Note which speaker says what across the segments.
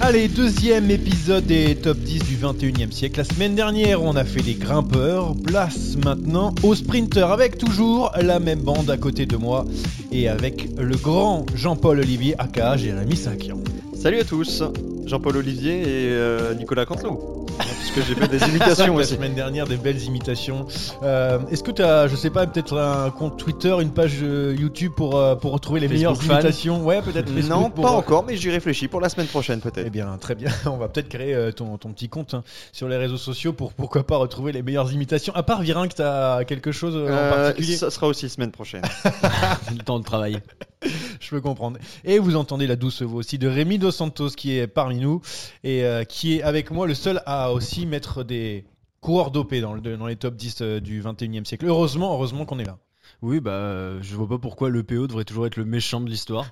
Speaker 1: Allez, deuxième épisode des top 10 du 21e siècle. La semaine dernière, on a fait les grimpeurs. Place maintenant aux sprinters avec toujours la même bande à côté de moi et avec le grand Jean-Paul Olivier aka Jérémy Sakian.
Speaker 2: Salut à tous, Jean-Paul Olivier et euh, Nicolas Cantelou. Puisque j'ai fait des imitations
Speaker 1: la
Speaker 2: aussi.
Speaker 1: semaine dernière, des belles imitations. Euh, Est-ce que tu as, je sais pas, peut-être un compte Twitter, une page euh, YouTube pour, euh, pour retrouver les meilleures
Speaker 2: Facebook fan.
Speaker 1: imitations Ouais, peut-être Facebook
Speaker 2: Non,
Speaker 1: pour,
Speaker 2: pas
Speaker 1: euh,
Speaker 2: encore, mais j'y réfléchis pour la semaine prochaine
Speaker 1: Eh
Speaker 2: peut-être.
Speaker 1: bien, très bien. On va peut-être créer euh, ton, ton petit compte hein, sur les réseaux sociaux pour pourquoi pas retrouver les meilleures imitations. À part Virin, que t'as quelque chose euh, en
Speaker 2: Euh,
Speaker 1: particulier
Speaker 2: ça sera aussi semaine prochaine. Ah,
Speaker 3: le temps de travailler.
Speaker 1: Je peux comprendre. Et vous entendez la douce voix aussi de Rémi Dos Santos qui est parmi nous et euh, qui est avec moi le seul à aussi mettre des coureurs dopés dans, le- dans les top 10 euh, du 21e siècle. Heureusement, heureusement qu'on est là.
Speaker 3: Oui, bah, euh, je vois pas pourquoi le PO devrait toujours être le méchant de l'histoire.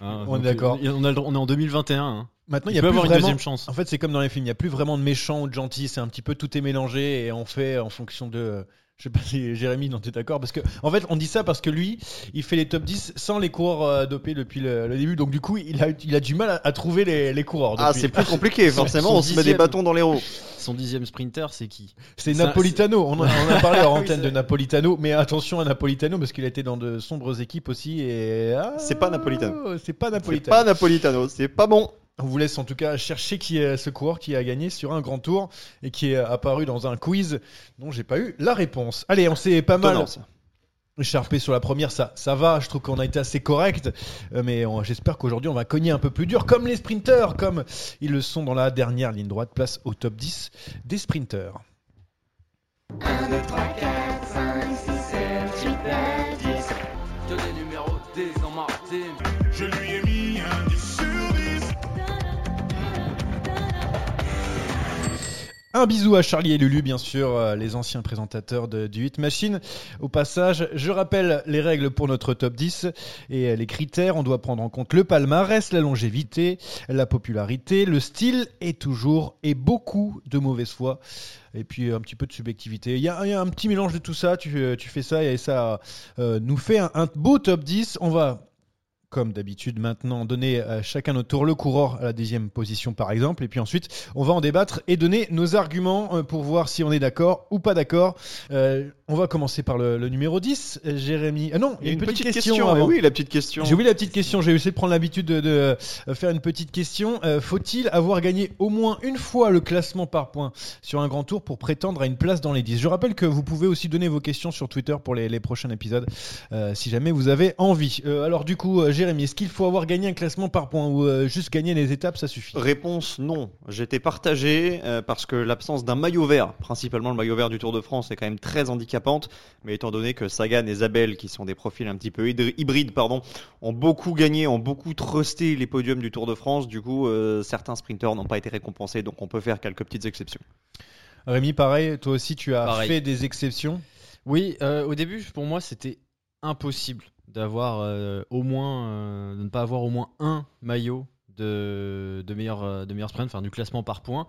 Speaker 3: Hein,
Speaker 1: On est
Speaker 3: donc,
Speaker 1: d'accord.
Speaker 3: euh, On, a le droit- on est en 2021. hein.
Speaker 1: Maintenant,
Speaker 3: Il,
Speaker 1: il y a
Speaker 3: peut
Speaker 1: plus
Speaker 3: avoir une
Speaker 1: vraiment...
Speaker 3: deuxième chance.
Speaker 1: En fait, c'est comme dans les films, il n'y a plus vraiment de méchants ou de gentils, c'est un petit peu tout est mélangé et on fait en fonction de. Je sais pas si Jérémy, non, t'es d'accord Parce que, en fait, on dit ça parce que lui, il fait les top 10 sans les coureurs euh, dopés depuis le, le début, donc du coup, il a, il a du mal à, à trouver les, les coureurs.
Speaker 2: Ah,
Speaker 1: depuis.
Speaker 2: c'est plus compliqué,
Speaker 3: Son-
Speaker 2: forcément,
Speaker 3: son
Speaker 2: on se met des
Speaker 3: dixième.
Speaker 2: bâtons dans les roues.
Speaker 3: Son dixième sprinter, c'est qui
Speaker 1: C'est
Speaker 3: Ça,
Speaker 1: Napolitano. On, en- on a parlé en
Speaker 2: Oui,
Speaker 1: antenne
Speaker 2: c'est
Speaker 1: de
Speaker 2: vrai.
Speaker 1: Napolitano, mais attention à Napolitano parce qu'il a été dans de sombres équipes aussi. Et ah,
Speaker 2: C'est pas Napolitano.
Speaker 1: C'est pas
Speaker 2: C'est
Speaker 1: Napolitano.
Speaker 2: pas Napolitano, c'est pas bon.
Speaker 1: On vous laisse en tout cas chercher qui est ce coureur qui a gagné sur un grand tour et qui est apparu dans un quiz dont j'ai pas eu la réponse. Allez, on s'est pas mal
Speaker 2: Étonnant, ça.
Speaker 1: écharpé sur la première, ça, ça va, je trouve qu'on a été assez correct, Euh, mais on- j'espère qu'aujourd'hui on va cogner un peu plus dur, comme les sprinteurs, comme ils le sont dans la dernière ligne droite, place au top 10 des sprinteurs.
Speaker 4: Je lui ai mis un 10 sur 10.
Speaker 1: Un bisou à Charlie et Lulu, bien sûr, euh, les anciens présentateurs de, du Hit Machine. Au passage, je rappelle les règles pour notre top 10 et euh, les critères. On doit prendre en compte le palmarès, la longévité, la popularité, le style et toujours et beaucoup de mauvaise foi. Et puis euh, un petit peu de subjectivité. Il y a, il y a un petit mélange de tout ça. Tu, euh, tu fais ça et ça euh, nous fait un, un beau top 10. On va comme d'habitude maintenant, donner à chacun notre tour le coureur à la deuxième position par exemple, et puis ensuite on va en débattre et donner nos arguments euh, pour voir si on est d'accord ou pas d'accord. Euh, on va commencer par le, le numéro 10, euh, Jérémy. Ah non, il y a une, petite, question.
Speaker 2: mais
Speaker 1: avant.
Speaker 2: oui, la petite question.
Speaker 1: J'ai oublié la petite question, j'ai essayé de prendre l'habitude de, de, euh, faire une petite question. Euh, Faut-il avoir gagné au moins une fois le classement par points sur un grand tour pour prétendre à une place dans les 10 Je rappelle que vous pouvez aussi donner vos questions sur Twitter pour les, les prochains épisodes euh, si jamais vous avez envie. Euh, alors du coup, euh, Jérémy, est-ce qu'il faut avoir gagné un classement par points ou euh, juste gagner les étapes, ça suffit
Speaker 2: Réponse non. J'étais partagé euh, parce que l'absence d'un maillot vert, principalement le maillot vert du Tour de France, est quand même très handicapante. Mais étant donné que Sagan et Zabel, qui sont des profils un petit peu hydri- hybrides, pardon, ont beaucoup gagné, ont beaucoup trusté les podiums du Tour de France, du coup, euh, certains sprinteurs n'ont pas été récompensés, donc on peut faire quelques petites exceptions.
Speaker 1: Rémi, pareil, toi aussi, tu as
Speaker 3: Pareil.
Speaker 1: fait des exceptions.
Speaker 3: Oui, euh, au début, pour moi, c'était impossible d'avoir euh, au moins, euh, de ne pas avoir au moins un maillot de, de meilleur, euh, de meilleur sprint, enfin du classement par point.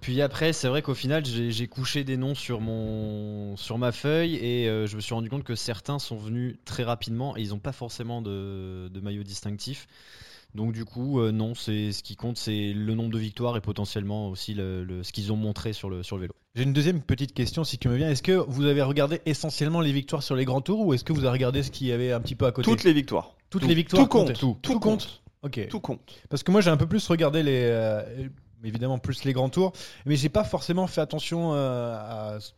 Speaker 3: Puis après, c'est vrai qu'au final, j'ai j'ai couché des noms sur, mon, sur ma feuille et euh, je me suis rendu compte que certains sont venus très rapidement et ils n'ont pas forcément de, de maillot distinctif. Donc du coup, euh, non, c'est ce qui compte, c'est le nombre de victoires et potentiellement aussi le, le- ce qu'ils ont montré sur le, sur le vélo.
Speaker 1: J'ai une deuxième petite question, si tu me viens. Est-ce que vous avez regardé essentiellement les victoires sur les grands tours ou est-ce que vous avez regardé ce qu'il y avait un petit peu à côté
Speaker 2: Toutes les victoires.
Speaker 1: Toutes
Speaker 2: Tout-
Speaker 1: les victoires
Speaker 2: Tout compte.
Speaker 1: comptaient. Tout,
Speaker 2: Tout
Speaker 1: compte. Ok.
Speaker 2: Tout compte.
Speaker 1: Parce que moi, j'ai un peu plus regardé les. euh, évidemment, plus les grands tours. Mais j'ai pas forcément fait attention euh, à s-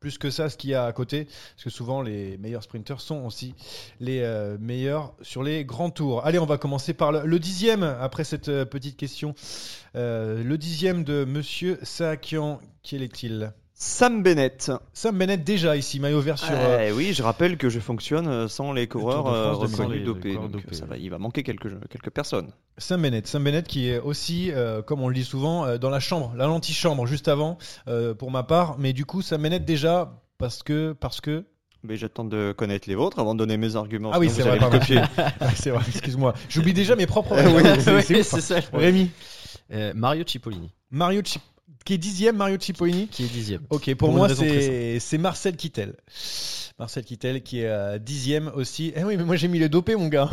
Speaker 1: plus que ça ce qu'il y a à côté. Parce que souvent, les meilleurs sprinters sont aussi les euh, meilleurs sur les grands tours. Allez, on va commencer par le, le dixième, après cette euh, petite question. Euh, le dixième de Monsieur Saakian. Quel est-il
Speaker 2: Sam Bennett.
Speaker 1: Sam Bennett, déjà ici, maillot vert sur. euh,
Speaker 2: Eh oui, je rappelle que je fonctionne euh, sans les coureurs
Speaker 3: Tour de
Speaker 2: euh,
Speaker 3: France de
Speaker 2: reconnus
Speaker 3: Milano, les
Speaker 2: dopés.
Speaker 3: coureurs
Speaker 2: donc,
Speaker 3: dopés,
Speaker 2: ça
Speaker 3: oui.
Speaker 2: va, il va manquer quelques, quelques personnes.
Speaker 1: Sam Bennett, Sam Bennett qui est aussi, euh, comme on le dit souvent, euh, dans la chambre, la l'antichambre juste avant, euh, pour ma part. Mais du coup, Sam Bennett déjà parce que parce que
Speaker 2: Mais j'attends de connaître les vôtres avant de donner mes arguments.
Speaker 1: ah oui
Speaker 2: sinon
Speaker 1: c'est
Speaker 2: vous
Speaker 1: vrai,
Speaker 2: allez me
Speaker 1: pardon.
Speaker 2: copier.
Speaker 1: Ah, c'est vrai, excuse-moi, j'oublie déjà mes propres.
Speaker 2: Eh oui,
Speaker 1: euh, C'est- c'est ouf. hein.
Speaker 3: ça.
Speaker 1: Rémi,
Speaker 3: Euh, Mario Cipollini,
Speaker 1: Mario Chip- qui est dixième, Mario Cipollini.
Speaker 3: qui est dixième.
Speaker 1: Ok, pour,
Speaker 3: Pour une
Speaker 1: moi
Speaker 3: raison très
Speaker 1: c'est c'est Marcel Kittel. Marcel Kittel qui est euh, dixième aussi. Eh oui, mais moi j'ai mis le dopé, mon gars.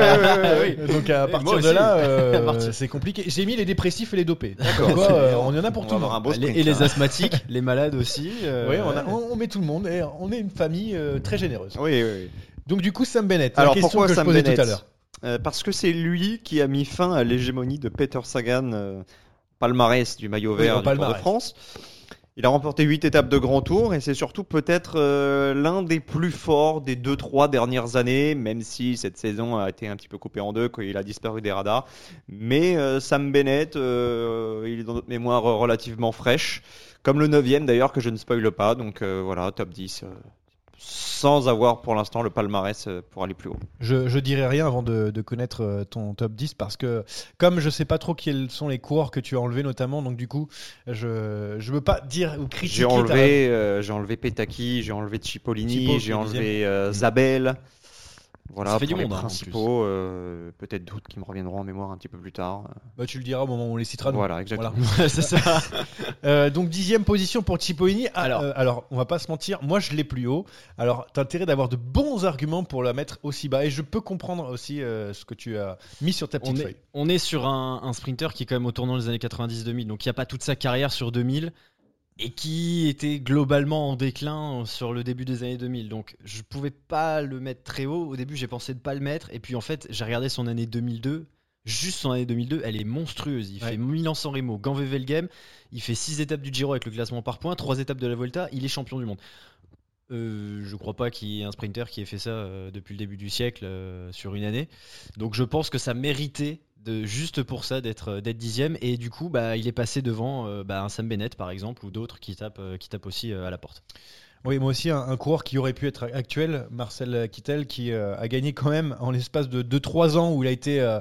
Speaker 1: Donc à
Speaker 3: Et
Speaker 1: partir
Speaker 3: moi
Speaker 1: de
Speaker 3: aussi.
Speaker 1: là, euh,
Speaker 3: À partir-
Speaker 1: c'est compliqué. J'ai mis les dépressifs et les dopés.
Speaker 2: D'accord.
Speaker 1: Quoi, euh, on y en a pour
Speaker 2: On
Speaker 1: tout
Speaker 2: va
Speaker 1: le monde.
Speaker 2: avoir un beau
Speaker 3: Les-
Speaker 2: sprint.
Speaker 3: et les
Speaker 2: là.
Speaker 3: asthmatiques, les malades aussi. euh,
Speaker 1: Oui, on, a- on- on met tout le monde et on est une famille euh, très généreuse.
Speaker 2: Oui, oui, oui.
Speaker 1: Donc du coup, Sam Bennett.
Speaker 2: Ah Alors
Speaker 1: la question
Speaker 2: pourquoi
Speaker 1: que
Speaker 2: Sam
Speaker 1: je posais
Speaker 2: Bennett
Speaker 1: tout à l'heure.
Speaker 2: Euh, Parce que c'est lui qui a mis fin à l'hégémonie de Peter Sagan, euh, palmarès du maillot
Speaker 1: Oui, au
Speaker 2: vert du Tour de
Speaker 1: palmarès.
Speaker 2: France. Il a remporté 8 étapes de grand tour et c'est surtout peut-être euh, l'un des plus forts des 2-3 dernières années, même si cette saison a été un petit peu coupée en deux quand il a disparu des radars. Mais euh, Sam Bennett, euh, il est dans notre mémoire relativement fraîche, comme le 9 d'ailleurs que je ne spoile pas, donc euh, voilà, top 10. euh, sans avoir pour l'instant le palmarès euh, pour aller plus haut.
Speaker 1: Je, je dirai rien avant de, de connaître euh, ton top 10 parce que comme je sais pas trop quels sont les coureurs que tu as enlevés notamment, donc du coup, je je veux pas dire ou critiquer.
Speaker 2: J'ai
Speaker 1: ta-
Speaker 2: enlevé, euh, j'ai enlevé Petaki, j'ai enlevé
Speaker 1: Chipo,
Speaker 2: Cipollini, j'ai
Speaker 1: le
Speaker 2: enlevé euh, Zabel. Voilà,
Speaker 3: Ça fait
Speaker 2: pour
Speaker 3: du
Speaker 2: les
Speaker 3: monde, hein, en
Speaker 2: principaux, euh, peut-être d'autres qui me reviendront en mémoire un petit peu plus tard.
Speaker 1: Bah, tu le diras au moment où on les citera. nous.
Speaker 2: voilà, exactement.
Speaker 3: c'est ça.
Speaker 1: Euh, donc dixième position pour Cipollini. Ah, euh, alors,
Speaker 3: Alors.
Speaker 1: on va pas se mentir, moi je l'ai plus haut. Alors t'as intérêt d'avoir de bons arguments pour la mettre aussi bas. Et je peux comprendre aussi euh, ce que tu as mis sur ta petite
Speaker 3: On
Speaker 1: feuille.
Speaker 3: est, on est sur un, un sprinter qui est quand même au tournant des années 90-2000, donc il n'y a pas toute sa carrière sur 2000 et qui était globalement en déclin sur le début des années 2000. Donc je pouvais pas le mettre très haut. Au début, j'ai pensé de pas le mettre, et puis en fait, j'ai regardé son année 2002. Juste son année 2002, elle est monstrueuse. Il
Speaker 1: Ouais.
Speaker 3: fait Milan-San Remo, Ganvevelgem, il fait 6 étapes du Giro avec le classement par points, 3 étapes de la Volta, il est champion du monde. Euh, je crois pas qu'il y ait un sprinter qui ait fait ça euh, depuis le début du siècle euh, sur une année. Donc je pense que ça méritait de, juste pour ça d'être euh, d'être dixième. Et du coup, bah, il est passé devant euh, bah, un Sam Bennett par exemple ou d'autres qui tapent, euh, qui tapent aussi euh, à la porte.
Speaker 1: Oui, moi aussi, un, un coureur qui aurait pu être actuel, Marcel Kittel, qui euh, a gagné quand même en l'espace de 2-3 ans où il a été, euh,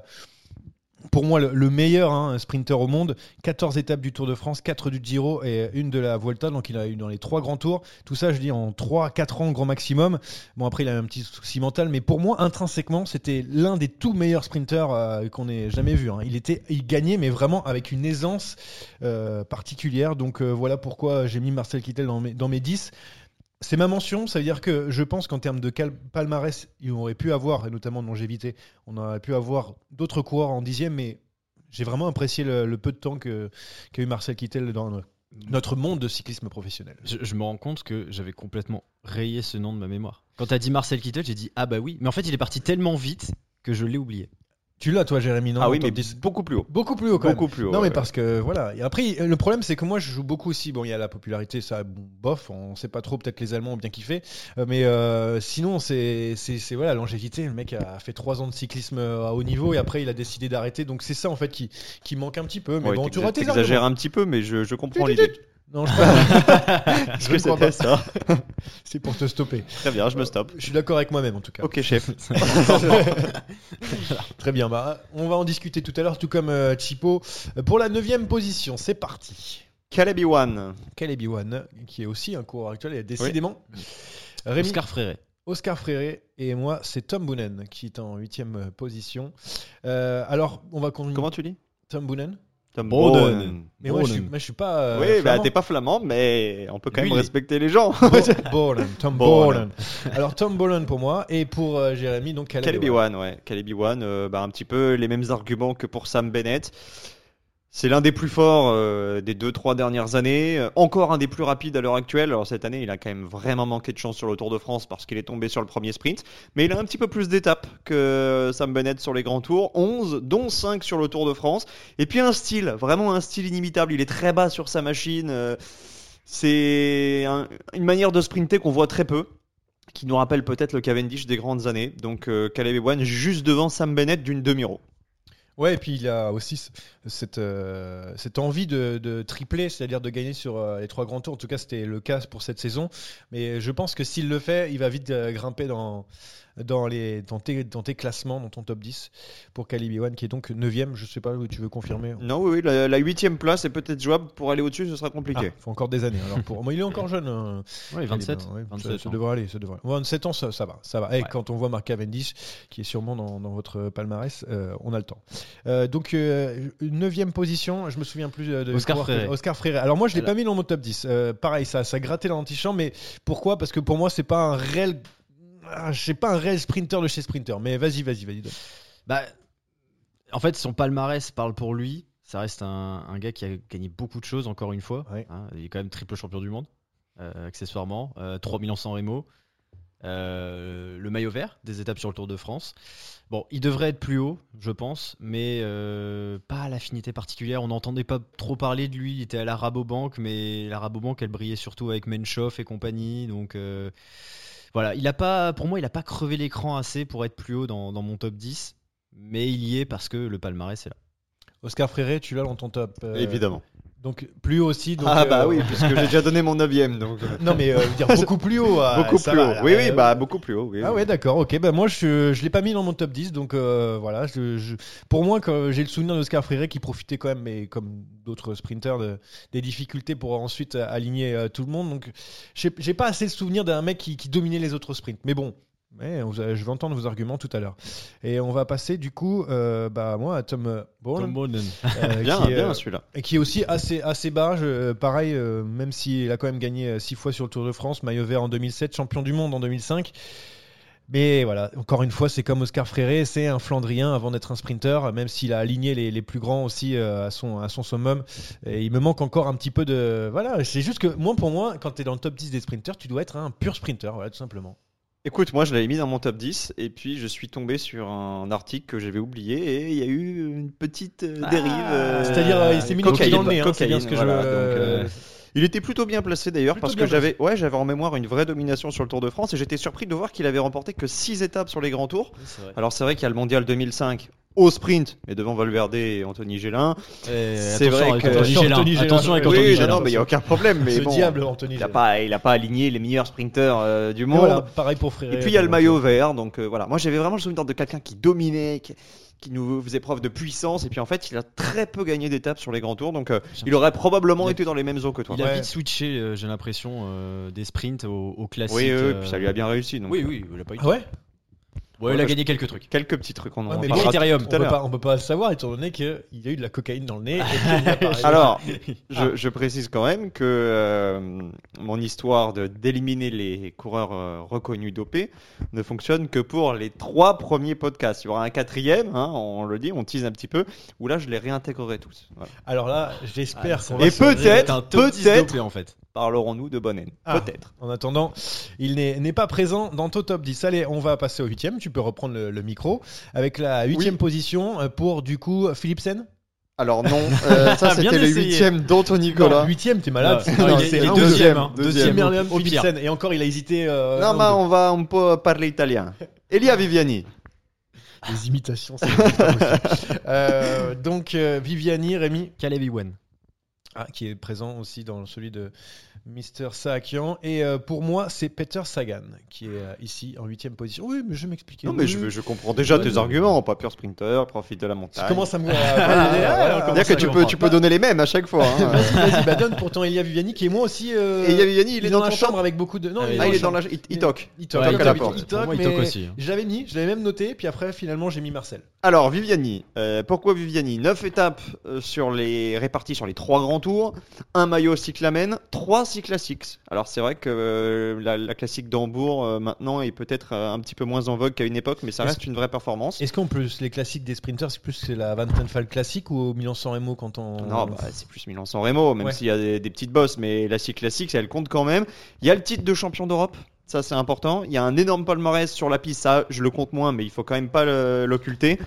Speaker 1: pour moi, le, le meilleur hein, sprinter au monde. 14 étapes du Tour de France, 4 du Giro et une de la Vuelta. Donc il a eu dans les 3 grands tours. Tout ça, je dis, en 3-4 ans, grand maximum. Bon, après, il a eu un petit souci mental, mais pour moi, intrinsèquement, c'était l'un des tout meilleurs sprinters euh, qu'on ait jamais vu. hein. Il, était, il gagnait, mais vraiment avec une aisance euh, particulière. Donc euh, voilà pourquoi j'ai mis Marcel Kittel dans mes, dans mes 10. C'est ma mention, ça veut dire que je pense qu'en termes de cal- palmarès, il aurait pu avoir, et notamment de longévité, on aurait pu avoir d'autres coureurs en dixième, mais j'ai vraiment apprécié le, le peu de temps que- qu'a eu Marcel Kittel dans no- notre monde de cyclisme professionnel.
Speaker 3: Je, je me rends compte que j'avais complètement rayé ce nom de ma mémoire. Quand t'as dit Marcel Kittel, j'ai dit ah bah oui. Mais en fait, il est parti tellement vite que je l'ai oublié.
Speaker 1: Tu l'as, toi, Jérémy, non
Speaker 2: ah
Speaker 1: dans
Speaker 2: oui,
Speaker 1: ton
Speaker 2: mais
Speaker 1: top 10?
Speaker 2: beaucoup plus haut.
Speaker 1: beaucoup plus haut, quand même.
Speaker 2: Beaucoup plus haut.
Speaker 1: Non, mais
Speaker 2: ouais.
Speaker 1: parce que voilà. Et après, le problème, c'est que moi, je joue beaucoup aussi. Bon, il y a la popularité, ça, bon, bof, on sait pas trop. Peut-être les Allemands ont bien kiffé. Euh, mais euh, sinon, c'est c'est- c'est, voilà, longévité. Le mec a fait trois ans de cyclisme euh, à haut niveau et après, il a décidé d'arrêter. Donc, c'est ça, en fait, qui, qui manque un petit peu. Mais
Speaker 2: Ouais,
Speaker 1: bon, tu auras
Speaker 2: t'exagères-
Speaker 1: tes
Speaker 2: t'exagères
Speaker 1: arguments.
Speaker 2: un petit peu, mais je, je comprends
Speaker 1: Tut,
Speaker 2: l'idée.
Speaker 1: Non, je crois-
Speaker 2: Est-ce
Speaker 1: je crois
Speaker 2: que c'était
Speaker 1: pas.
Speaker 2: ça
Speaker 1: C'est pour te stopper.
Speaker 2: Très bien, je me stoppe.
Speaker 1: Je suis d'accord avec moi-même, en tout cas.
Speaker 2: Ok, chef.
Speaker 1: Très bien. Bah, on va en discuter tout à l'heure, tout comme euh, Chipo. Euh, Pour la neuvième position, c'est parti.
Speaker 2: Caleb Iwan.
Speaker 1: Caleb Iwan, qui est aussi un coureur actuel, et décidément. Rémi,
Speaker 3: Oscar Fréré.
Speaker 1: Oscar Fréré et moi, c'est Tom Boonen qui est en huitième position. Euh, alors, on va continuer.
Speaker 2: Comment tu dis
Speaker 1: Tom Boonen
Speaker 2: Tom
Speaker 1: Broden.
Speaker 2: Broden.
Speaker 1: Mais moi, je suis,
Speaker 3: Boonen.
Speaker 1: moi, je suis pas. euh,
Speaker 2: oui, bah
Speaker 1: flamand.
Speaker 2: t'es pas flamand, mais on peut quand
Speaker 3: Lui,
Speaker 2: même
Speaker 3: il est-
Speaker 2: respecter les gens.
Speaker 1: Bo- Bolan, Tom Bolan.
Speaker 2: Bolan.
Speaker 1: Alors Tom Bolan pour moi et pour euh, Jérémy donc Caleb
Speaker 2: Caleb
Speaker 1: Ewan.
Speaker 2: Ewan, ouais. Caleb Ewan, euh, bah, un petit peu les mêmes arguments que pour Sam Bennett. C'est l'un des plus forts euh, des deux trois dernières années. Euh, Encore un des plus rapides à l'heure actuelle. Alors cette année, il a quand même vraiment manqué de chance sur le Tour de France parce qu'il est tombé sur le premier sprint. Mais il a un petit peu plus d'étapes que Sam Bennett sur les grands tours. 11, dont 5 sur le Tour de France. Et puis un style, vraiment un style inimitable. Il est très bas sur sa machine. euh, C'est un- une manière de sprinter qu'on voit très peu qui nous rappelle peut-être le Cavendish des grandes années. Donc euh, Caleb Ewan juste devant Sam Bennett d'une demi-euro.
Speaker 1: Ouais et puis il a aussi c- cette euh, cette envie de, de tripler, c'est-à-dire de gagner sur euh, les trois grands tours. En tout cas, c'était le cas pour cette saison. Mais je pense que s'il le fait, il va vite euh, grimper dans dans les dans tes, dans tes classements, dans ton top 10 pour Caleb Ewan qui est donc 9 Je sais pas où tu veux confirmer.
Speaker 3: Ah.
Speaker 2: Non, oui, oui, la la huitième place est peut-être jouable. Pour aller au-dessus, ce sera
Speaker 1: Ah,
Speaker 2: compliqué.
Speaker 1: faut encore des années. Alors pour, moi, il est encore jeune. hein.
Speaker 3: Ouais, 27.
Speaker 1: Ouais, ça-
Speaker 3: 27
Speaker 1: ça,
Speaker 3: ans.
Speaker 1: devrait aller, ça devrait. aller. Ouais, 27 ans, ça, ça va, ça va. Et
Speaker 3: Ouais.
Speaker 1: quand on voit Marc Cavendish, qui est sûrement dans, dans votre palmarès, euh, on a le temps. Euh, donc euh, neuvième position, je me souviens plus euh, de
Speaker 3: Oscar
Speaker 1: coureur que-
Speaker 3: Freire.
Speaker 1: Oscar Freire. Alors moi, je l'ai
Speaker 3: Alors-
Speaker 1: pas mis dans mon top 10. Euh, pareil, ça, ça grattait dans l'antichamp, mais pourquoi Parce que pour moi, c'est pas un réel, ah, je sais pas un réel sprinter de chez sprinter. Mais vas-y, vas-y, vas-y. donne.
Speaker 3: Bah, en fait, son palmarès parle pour lui. Ça reste un, un gars qui a gagné beaucoup de choses, encore une fois.
Speaker 1: Ouais.
Speaker 3: hein. il est quand même triple champion du monde, euh, accessoirement. Euh, 3000 en San Remo. Euh, le maillot vert des étapes sur le Tour de France. Bon, il devrait être plus haut, je pense, mais euh, pas à l'affinité particulière. On n'entendait pas trop parler de lui. Il était à la Rabobank, mais la Rabobank, elle brillait surtout avec Menchoff et compagnie. Donc euh, voilà, il a pas, pour moi, il n'a pas crevé l'écran assez pour être plus haut dans, dans mon top 10. Mais il y est parce que le palmarès est là.
Speaker 1: Oscar Freire, tu l'as dans ton top. euh,
Speaker 2: Évidemment.
Speaker 1: Donc plus haut aussi. donc,
Speaker 2: ah bah
Speaker 1: euh,
Speaker 2: oui, puisque j'ai déjà donné mon neuvième, donc euh,
Speaker 1: Non mais euh, je veux dire beaucoup plus haut. ah,
Speaker 2: beaucoup
Speaker 1: ça
Speaker 2: plus
Speaker 1: va,
Speaker 2: haut. Oui, oui,
Speaker 1: euh,
Speaker 2: bah beaucoup plus haut. oui,
Speaker 1: Ah
Speaker 2: oui.
Speaker 1: ouais d'accord ok ben moi je je l'ai pas mis dans mon top 10 donc euh, voilà je, je- pour moi quand j'ai le souvenir d'Oscar Freire qui profitait quand même mais comme d'autres sprinters de- des difficultés pour ensuite euh, aligner euh, tout le monde donc j'ai j'ai pas assez le souvenir d'un mec qui, qui dominait les autres sprints mais bon ouais, vous- je vais entendre vos arguments tout à l'heure et on va passer du coup euh, bah moi à Tom Bourne euh,
Speaker 2: Bien,
Speaker 1: qui, est,
Speaker 2: bien
Speaker 1: euh,
Speaker 2: celui-là.
Speaker 1: et qui est aussi assez, assez bas. je- euh, pareil, euh, même s'il a quand même gagné 6 fois sur le Tour de France, maillot vert en 2007, champion du monde en 2005. Mais voilà, encore une fois, c'est comme Oscar Freire, c'est un Flandrien avant d'être un sprinter, même s'il a aligné les, les plus grands aussi euh, à, son, à son summum. Et il me manque encore un petit peu de. Voilà, c'est juste que moi, pour moi, quand tu es dans le top 10 des sprinters, tu dois être un pur sprinter, voilà, tout simplement.
Speaker 2: Écoute, moi je l'avais mis dans mon top 10 et puis je suis tombé sur un article que j'avais oublié et il y a eu une petite euh,
Speaker 3: Ah,
Speaker 2: dérive. euh,
Speaker 1: C'est-à-dire, euh, il s'est mis le
Speaker 2: cocaïne,
Speaker 1: pied dans le nez, hein, c'est
Speaker 2: cocaïne,
Speaker 1: bien ce que
Speaker 2: voilà,
Speaker 1: je. Eh,
Speaker 2: donc, euh, Il était plutôt bien placé d'ailleurs
Speaker 1: Plutôt
Speaker 2: parce que
Speaker 1: bien placé.
Speaker 2: j'avais ouais, j'avais en mémoire une vraie domination sur le Tour de France et j'étais surpris de voir qu'il avait remporté que 6 étapes sur les grands tours. Alors c'est vrai qu'il y a le mondial 2005 au sprint mais devant Valverde et Anthony Gélin. C'est
Speaker 3: C'est
Speaker 2: vrai
Speaker 3: vrai
Speaker 2: que-
Speaker 1: Attention, Anthony Gélin.
Speaker 3: Attention avec
Speaker 1: Oui,
Speaker 3: Anthony
Speaker 1: non,
Speaker 2: non,
Speaker 3: Gélin.
Speaker 2: non, mais il y a aucun problème mais
Speaker 1: Ce
Speaker 2: bon,
Speaker 1: diable, Anthony.
Speaker 2: Il a
Speaker 1: Gélin.
Speaker 2: pas il a pas aligné les meilleurs sprinteurs euh, du
Speaker 1: Mais
Speaker 2: monde.
Speaker 1: voilà, pareil pour Freire.
Speaker 2: Et puis il y a le
Speaker 1: donc,
Speaker 2: maillot vert, donc euh, voilà. Moi j'avais vraiment le souvenir de quelqu'un qui dominait, qui, qui nous faisait preuve de puissance, et puis en fait il a très peu gagné d'étapes sur les grands tours, donc euh, il aurait probablement
Speaker 3: Il a-
Speaker 2: été dans les mêmes eaux que toi.
Speaker 3: Il a
Speaker 1: Ouais.
Speaker 3: vite switché, euh, j'ai l'impression, euh, des sprints au, au classique.
Speaker 2: Oui, oui, oui,
Speaker 3: euh,
Speaker 2: puis ça lui a bien réussi. Donc,
Speaker 3: Oui, oui, il a pas eu.
Speaker 1: Ah ouais
Speaker 3: Ouais, il a gagné quelques trucs.
Speaker 2: Quelques petits trucs, on en
Speaker 1: Ouais, mais
Speaker 3: Le
Speaker 2: parlera
Speaker 3: critérium.
Speaker 1: On
Speaker 2: tout à
Speaker 1: peut,
Speaker 2: l'heure.
Speaker 1: pas, on peut pas le savoir étant donné qu'il y a eu de la cocaïne dans le nez. et qu'il n'a pas-
Speaker 2: Alors,
Speaker 1: Ah.
Speaker 2: je, je précise quand même que euh, mon histoire de d'éliminer les coureurs euh, reconnus dopés ne fonctionne que pour les trois premiers podcasts. Il y aura un quatrième, hein, on le dit, on tease un petit peu, où là je les réintégrerai tous. Voilà.
Speaker 1: alors là, j'espère
Speaker 3: Ah,
Speaker 1: qu'on
Speaker 3: ça
Speaker 1: va
Speaker 2: Et
Speaker 1: se-
Speaker 2: peut-être,
Speaker 3: C'est un top 10
Speaker 2: peut-être-
Speaker 3: dopé, en fait.
Speaker 2: Parlerons-nous de bonne haine
Speaker 1: Ah.
Speaker 2: Peut-être.
Speaker 1: En attendant, il n'est n'est pas présent dans ton top 10. Allez, on va passer au huitième. Tu peux reprendre le, le micro avec la huitième position euh, pour du coup Philipsen.
Speaker 2: Alors non, euh, ça
Speaker 3: Bien
Speaker 2: c'était le
Speaker 3: essayé.
Speaker 2: huitième d'Anthony
Speaker 1: Non,
Speaker 2: Nicolas.
Speaker 1: huitième, t'es malade.
Speaker 3: Non,
Speaker 1: Non,
Speaker 3: il est-
Speaker 1: c'est
Speaker 3: il est
Speaker 1: un ou deux.
Speaker 3: deuxième, hein.
Speaker 2: deuxième,
Speaker 3: Deuxième,
Speaker 1: Merlion
Speaker 3: au pire.
Speaker 1: Philipsen. Et encore, il a hésité. euh, un
Speaker 2: Non,
Speaker 1: ou
Speaker 2: mais
Speaker 1: deux.
Speaker 2: on va on peut parler italien. Elia Viviani.
Speaker 1: Les imitations, c'est pas possible. Euh, Donc, euh, Viviani, Rémi.
Speaker 3: Caleb Ewan.
Speaker 1: Ah, qui est présent aussi dans celui de Mister Saakian. Et euh, pour moi, c'est Peter Sagan qui est euh, ici en huitième position. Oui, mais je m'expliquais.
Speaker 2: Non, mais je, veux- je comprends déjà
Speaker 1: Ouais,
Speaker 2: tes
Speaker 1: non.
Speaker 2: arguments. Papier sprinter, profite de la montagne.
Speaker 1: Tu commences à me.
Speaker 2: Ah,
Speaker 1: Ah,
Speaker 2: C'est-à-dire que tu peux, tu peux donner les mêmes à chaque fois. hein.
Speaker 1: Vas-y, vas-y, bah donne pourtant Elia Viviani qui est moi aussi. euh,
Speaker 2: Et Yaviani, il est dans
Speaker 1: la
Speaker 2: ton
Speaker 1: chambre
Speaker 2: chambre.
Speaker 1: avec beaucoup de. Non,
Speaker 3: Ah,
Speaker 2: Ah, il est dans
Speaker 1: la
Speaker 2: la. Il il toque.
Speaker 1: Il
Speaker 3: Ouais,
Speaker 1: toque,
Speaker 3: il
Speaker 1: il
Speaker 3: toque à la
Speaker 1: toque,
Speaker 3: porte.
Speaker 1: il
Speaker 3: Pour
Speaker 1: toque,
Speaker 3: moi, il
Speaker 1: mais
Speaker 3: toque aussi, hein.
Speaker 1: Je l'avais mis, je l'avais même noté, puis après, finalement, j'ai mis Marcel.
Speaker 2: Alors Viviani, euh, pourquoi Viviani 9 étapes euh, sur les réparties sur les trois grands tours, un maillot cyclamen, trois cyclassiques. Alors c'est vrai que euh, la, la classique d'Hambourg euh, maintenant est peut-être euh, un petit peu moins en vogue qu'à une époque, mais ça
Speaker 1: Est-ce-
Speaker 2: reste une vraie performance.
Speaker 1: Est-ce qu'en plus, les classiques des sprinters, c'est plus c'est la Van Tenfal classique ou au Milan San Remo quand on.
Speaker 2: Non, bah, c'est plus Milan-San Remo, même
Speaker 1: Ouais.
Speaker 2: s'il y a des, des petites bosses, mais la cyclassique, elle compte quand même. Il y a le titre de champion d'Europe, ça c'est important. Il y a un énorme palmarès sur la piste, ça je le compte moins, mais il faut quand même pas le- l'occulter.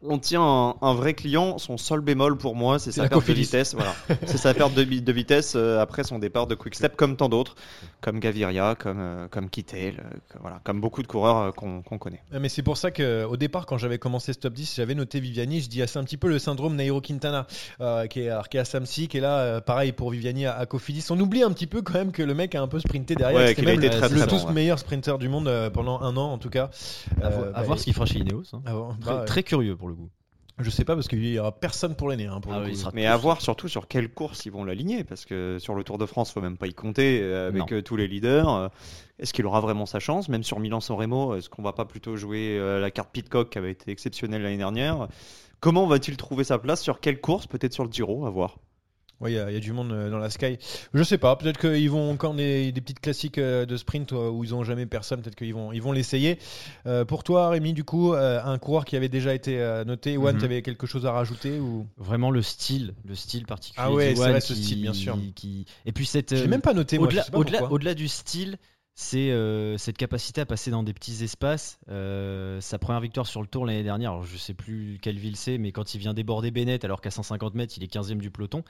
Speaker 2: On tient un, un vrai client, son seul bémol pour moi, c'est
Speaker 1: C'est
Speaker 2: sa
Speaker 1: la
Speaker 2: perte de
Speaker 1: Cofidis.
Speaker 2: vitesse. Voilà. c'est sa perte de, vi- de vitesse euh, après son départ de Quick Step, comme tant d'autres, comme Gaviria, comme, euh, comme Kittel, euh, que- voilà, comme beaucoup de coureurs euh, qu'on qu'on connaît.
Speaker 1: Ouais, Ah, Mais c'est pour ça qu'au euh, départ, quand j'avais commencé ce top 10, j'avais noté Viviani. Je dis, ah, c'est un petit peu le syndrome Nairo Quintana, euh, qui, est, alors, qui est à Samsi, qui est là, euh, pareil pour Viviani à, à Cofidis. On oublie un petit peu quand même que le mec a un peu sprinté derrière.
Speaker 2: Ouais,
Speaker 1: C'était
Speaker 2: qu'il a
Speaker 1: même
Speaker 2: été
Speaker 1: le,
Speaker 2: très,
Speaker 1: le
Speaker 2: très
Speaker 1: tous
Speaker 2: bon, ouais.
Speaker 1: meilleur sprinter du monde euh, pendant un an, en tout cas.
Speaker 3: À, vo-
Speaker 1: Euh,
Speaker 3: à
Speaker 1: bah,
Speaker 3: voir ce qu'il fera chez Ineos. hein.
Speaker 1: à voir.
Speaker 3: Très,
Speaker 1: Bah,
Speaker 3: très curieux pour le coup.
Speaker 1: Je sais pas, parce qu'il y aura personne pour l'année. hein, pour
Speaker 3: Ah
Speaker 1: le
Speaker 3: oui,
Speaker 1: coup.
Speaker 3: il sera
Speaker 2: Mais à voir surtout sur quelle course ils vont l'aligner, parce que sur le Tour de France, faut même pas y compter euh, avec euh, tous les leaders. euh, Est-ce qu'il aura vraiment sa chance Même sur Milan-San Remo, est-ce qu'on va pas plutôt jouer euh, la carte Pitcock qui avait été exceptionnelle l'année dernière Comment va-t-il trouver sa place Sur quelle course Peut-être sur le Giro, à voir.
Speaker 1: Ouais, il y, a- il y a du monde euh, dans la Sky. Je sais pas, peut-être qu'ils vont encore des, des petites classiques euh, de sprint euh, où ils ont jamais personne, peut-être qu'ils vont ils vont l'essayer. Euh, pour toi, Rémi, du coup, euh, un coureur qui avait déjà été euh, noté, Juan,
Speaker 3: Mhm.
Speaker 1: tu avais quelque chose à rajouter ou
Speaker 3: Vraiment le style, le style particulier.
Speaker 1: Ah ouais,
Speaker 3: d'Iwan
Speaker 1: c'est vrai, ce
Speaker 3: qui-
Speaker 1: style, bien sûr.
Speaker 3: qui- Et puis cette.
Speaker 1: J'ai
Speaker 3: euh,
Speaker 1: même pas noté, moi, je
Speaker 3: Au-delà
Speaker 1: sais pas
Speaker 3: au-delà-
Speaker 1: pourquoi.
Speaker 3: au-delà du style, c'est euh, cette capacité à passer dans des petits espaces. Euh, sa première victoire sur le tour l'année dernière, alors je sais plus quelle ville c'est, mais quand il vient déborder Bennett, alors qu'à 150 mètres, il est 15e du peloton,